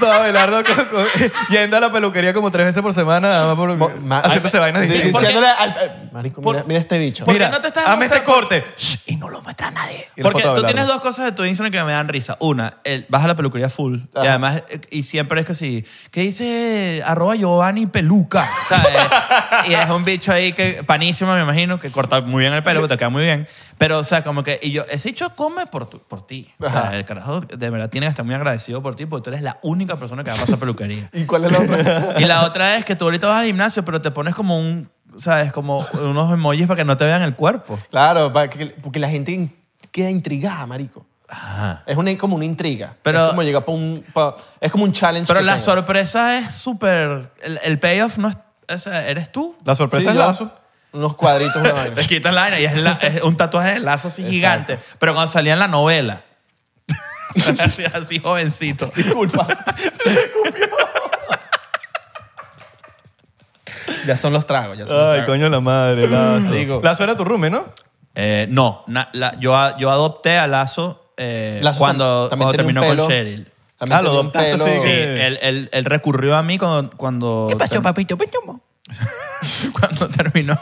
No, Abelardo con- con- yendo a la peluquería como tres veces por semana, nada más por Mo- ma- haciéndose ay, vainas di- ¿Por distintas. qué? diciéndole al- al- Marico, Por- mira, mira este bicho. ¿Por qué Mira, no te estás hazme este mostrando? corte Shh, y no lo muestra a nadie. Y la Porque foto de tú tienes Abelardo. dos cosas de tu Instagram que me dan risa. Una, el, vas a la peluquería full. Y Ajá. además, eh, y siempre es que sí. ¿Qué dice arroba Giovanni Peluca? ¿Sabes? y es un bicho ahí que, panísimo, me imagino, que corta muy bien el pelo, que te queda muy bien. Pero, o sea, como que. Y yo, ese bicho come por, tu- por ti. O sea, Ajá. el carajo de verdad tiene que estar muy agradecido por ti, porque tú eres la única persona que va a pasar peluquería. ¿Y cuál es la otra? Y la otra es que tú ahorita vas al gimnasio, pero te pones como un. ¿Sabes? Como unos emojis para que no te vean el cuerpo. claro, para que- porque la gente in- queda intrigada, marico. Ajá. Es una, como una intriga. Pero- es como llegar pa' un... pa- es como un challenge Pero que la tengo. sorpresa es súper. El, el payoff no es. o sea, eres tú. La sorpresa Sí, es yo- Lazo. Unos cuadritos. una vaina. Te quitas la vaina y es, la- es un tatuaje de lazo así Exacto. gigante. Pero cuando salía en la novela. así, así jovencito. Disculpa. ya son los tragos, ya son los Ay, tragos. coño la madre, Lazo. Digo. Lazo era tu rume, ¿no? Eh, no, na- la- yo, a- yo adopté a Lazo, eh, Lazo cuando, tam- también cuando tenía un terminó con pelo. Cheryl. También Ah, lo tenía un adoptaste, pelo- sí, Sí, que- él, él- él recurrió a mí cuando. cuando papito? Pichomo. cuando terminó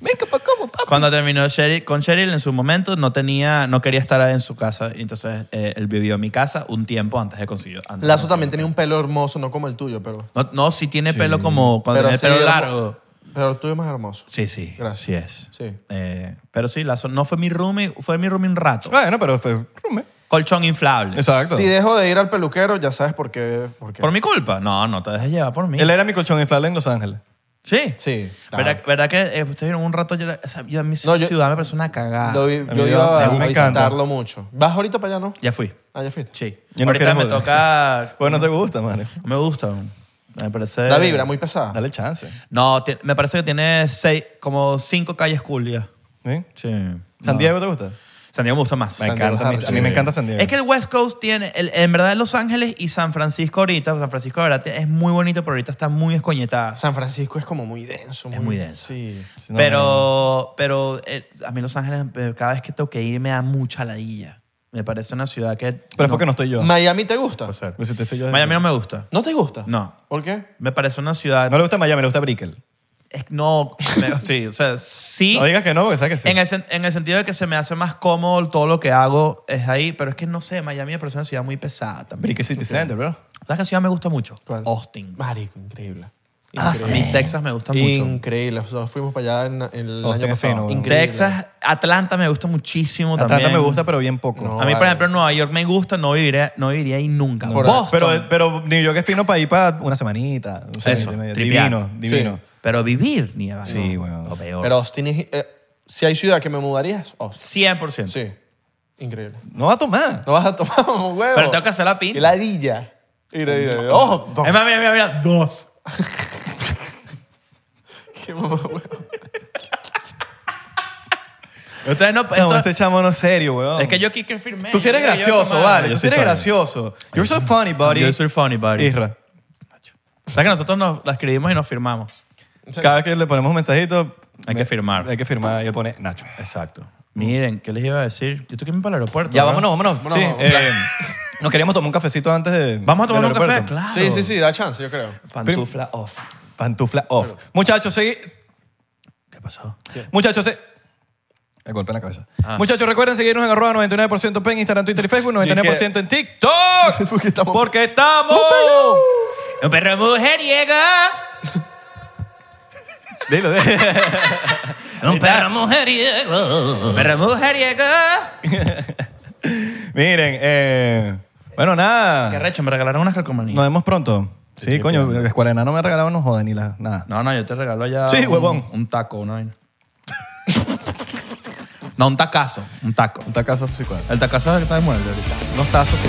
Venga, pa' cómo, papá. cuando terminó Cheryl- con Cheryl en su momento no tenía no quería estar en su casa y entonces eh, él vivió en mi casa un tiempo antes de conseguir antes de Lazo conseguir. también tenía un pelo hermoso, no como el tuyo, pero... no, no si tiene pelo como cuando pero tiene sí, pelo hermo- largo Pero el tuyo es más hermoso. sí sí Gracias. sí es Sí. Eh, pero sí Lazo no fue mi roomie fue mi roomie un rato Ah. Bueno, pero fue rume. colchón inflable Exacto. Si dejo de ir al peluquero, ya sabes por qué. Por qué. por mi culpa no no te dejes llevar por mí Él era mi colchón inflable en Los Ángeles. sí Sí, ¿Verdad, claro. verdad que eh, ustedes vieron un rato yo, o sea, yo a mi No, yo- ciudad me parece una cagada Lo vi- a yo mí iba me- Ah, a, me a encanta. visitarlo mucho. ¿Vas ahorita para allá, no? ya fui Ah, ya fuiste. sí Y no ahorita quieres me volver. toca Bueno, Pues no te gusta, madre. me gusta me parece La vibra, muy pesada. Dale chance. No, ti- me parece que tiene seis, como cinco calles cool ya. ¿Sí? Sí. ¿San No. Diego te gusta? San Diego me gusta más. Me San Diego encanta. A mí, a mí Harbor, me sí. encanta San Diego. Es que el West Coast tiene, el- en verdad Los Ángeles y San Francisco ahorita, San Francisco de verdad es muy bonito, pero ahorita está muy escoñetada. San Francisco es como muy denso. Es muy denso. Sí. Sí, no, pero pero eh, a mí Los Ángeles eh, cada vez que tengo que ir me da mucha ladilla. Me parece una ciudad que... Pero es porque no estoy yo. ¿Miami te gusta? puede ser. Pues si te soy yo- Miami no me gusta. ¿No te gusta? No. ¿Por qué? Me parece una ciudad... No le gusta Miami, le gusta Brickell. es- no me- sí, o sea, sí... No digas que no, porque sabes que sí. En, el, sen- en el sentido de que se me hace más cómodo todo lo que hago es ahí, pero es que no sé, Miami me parece una ciudad muy pesada también. Brickell City Center, bro. ¿Sabes qué ciudad me gusta mucho? ¿Cuál? Austin. Ah, Marico, increíble. A mí Texas me gusta Ah, mucho. Increíble. O sea, fuimos para allá en, en el Austin es año pasado. fino, weón. Increíble. Texas, Atlanta me gusta muchísimo Atlanta también. me gusta, pero bien poco. No, A mí, por vale. ejemplo, Nueva York me gusta, no viviría, no viviría ahí nunca. No, Boston. Pero, pero New York es fino para ir para una semanita. un Eso, semanita y media. tripear. divino, divino. Pero vivir, ni a Sí, no, weón. Lo peor. Pero Austin es... eh, si hay ciudad que me mudaría, es Austin. 100%. Sí. Increíble. No va a tomar. No vas a tomar un huevo. Pero tengo que hacer la pinta. Y ladilla. Mira, mira, mira. ¡Ojo! Es más, mira, mira, mira, dos. Qué mamá, huevo. Ustedes no... No, esto- este chamo no es serio, weón. es que yo aquí que firmé. Tú sí eres Yo- yo- gracioso, yo- vale. Yo Tú sí soy eres sorry. gracioso. You're so funny, buddy. Yo soy funny, buddy. Isra. O sea que nosotros nos la escribimos y nos firmamos. Cada vez que le ponemos un mensajito... Hay que firmar. Hay que firmar. Y él pone Nacho. Exacto. Miren, ¿qué les iba a decir? Yo tengo que irme para el aeropuerto. Ya, ¿verdad? vámonos, vámonos. Vámonos, Sí, vámonos. eh, nos queríamos tomar un cafecito antes de... Vamos a tomar del un café. aeropuerto. Claro. Sí, sí, sí, da chance, yo creo. Pantufla off. Pantufla off. Muchachos, sí. ¿Qué pasó? Muchachos, sí. El golpe en la cabeza. Ah. Muchachos, recuerden seguirnos en arroba 99% en Instagram, Twitter y Facebook, 99% en TikTok. Porque estamos- Porque estamos. Un perro mujeriego. Dilo, dilo. Un perro mujeriego. Un perro mujeriego. Miren, eh, bueno, Qué nada. recho, me regalaron unas calcomanías. Nos vemos pronto. Sí, coño, la escuela de nada no me ha regalado, no joda ni la, nada. No, no, yo te regalo ya Sí, un, huevón. un taco, una vaina. no, un tacazo, un taco. Un tacazo, sí, cuál. El tacazo es el que está de muerte ahorita. Unos tazos, sí.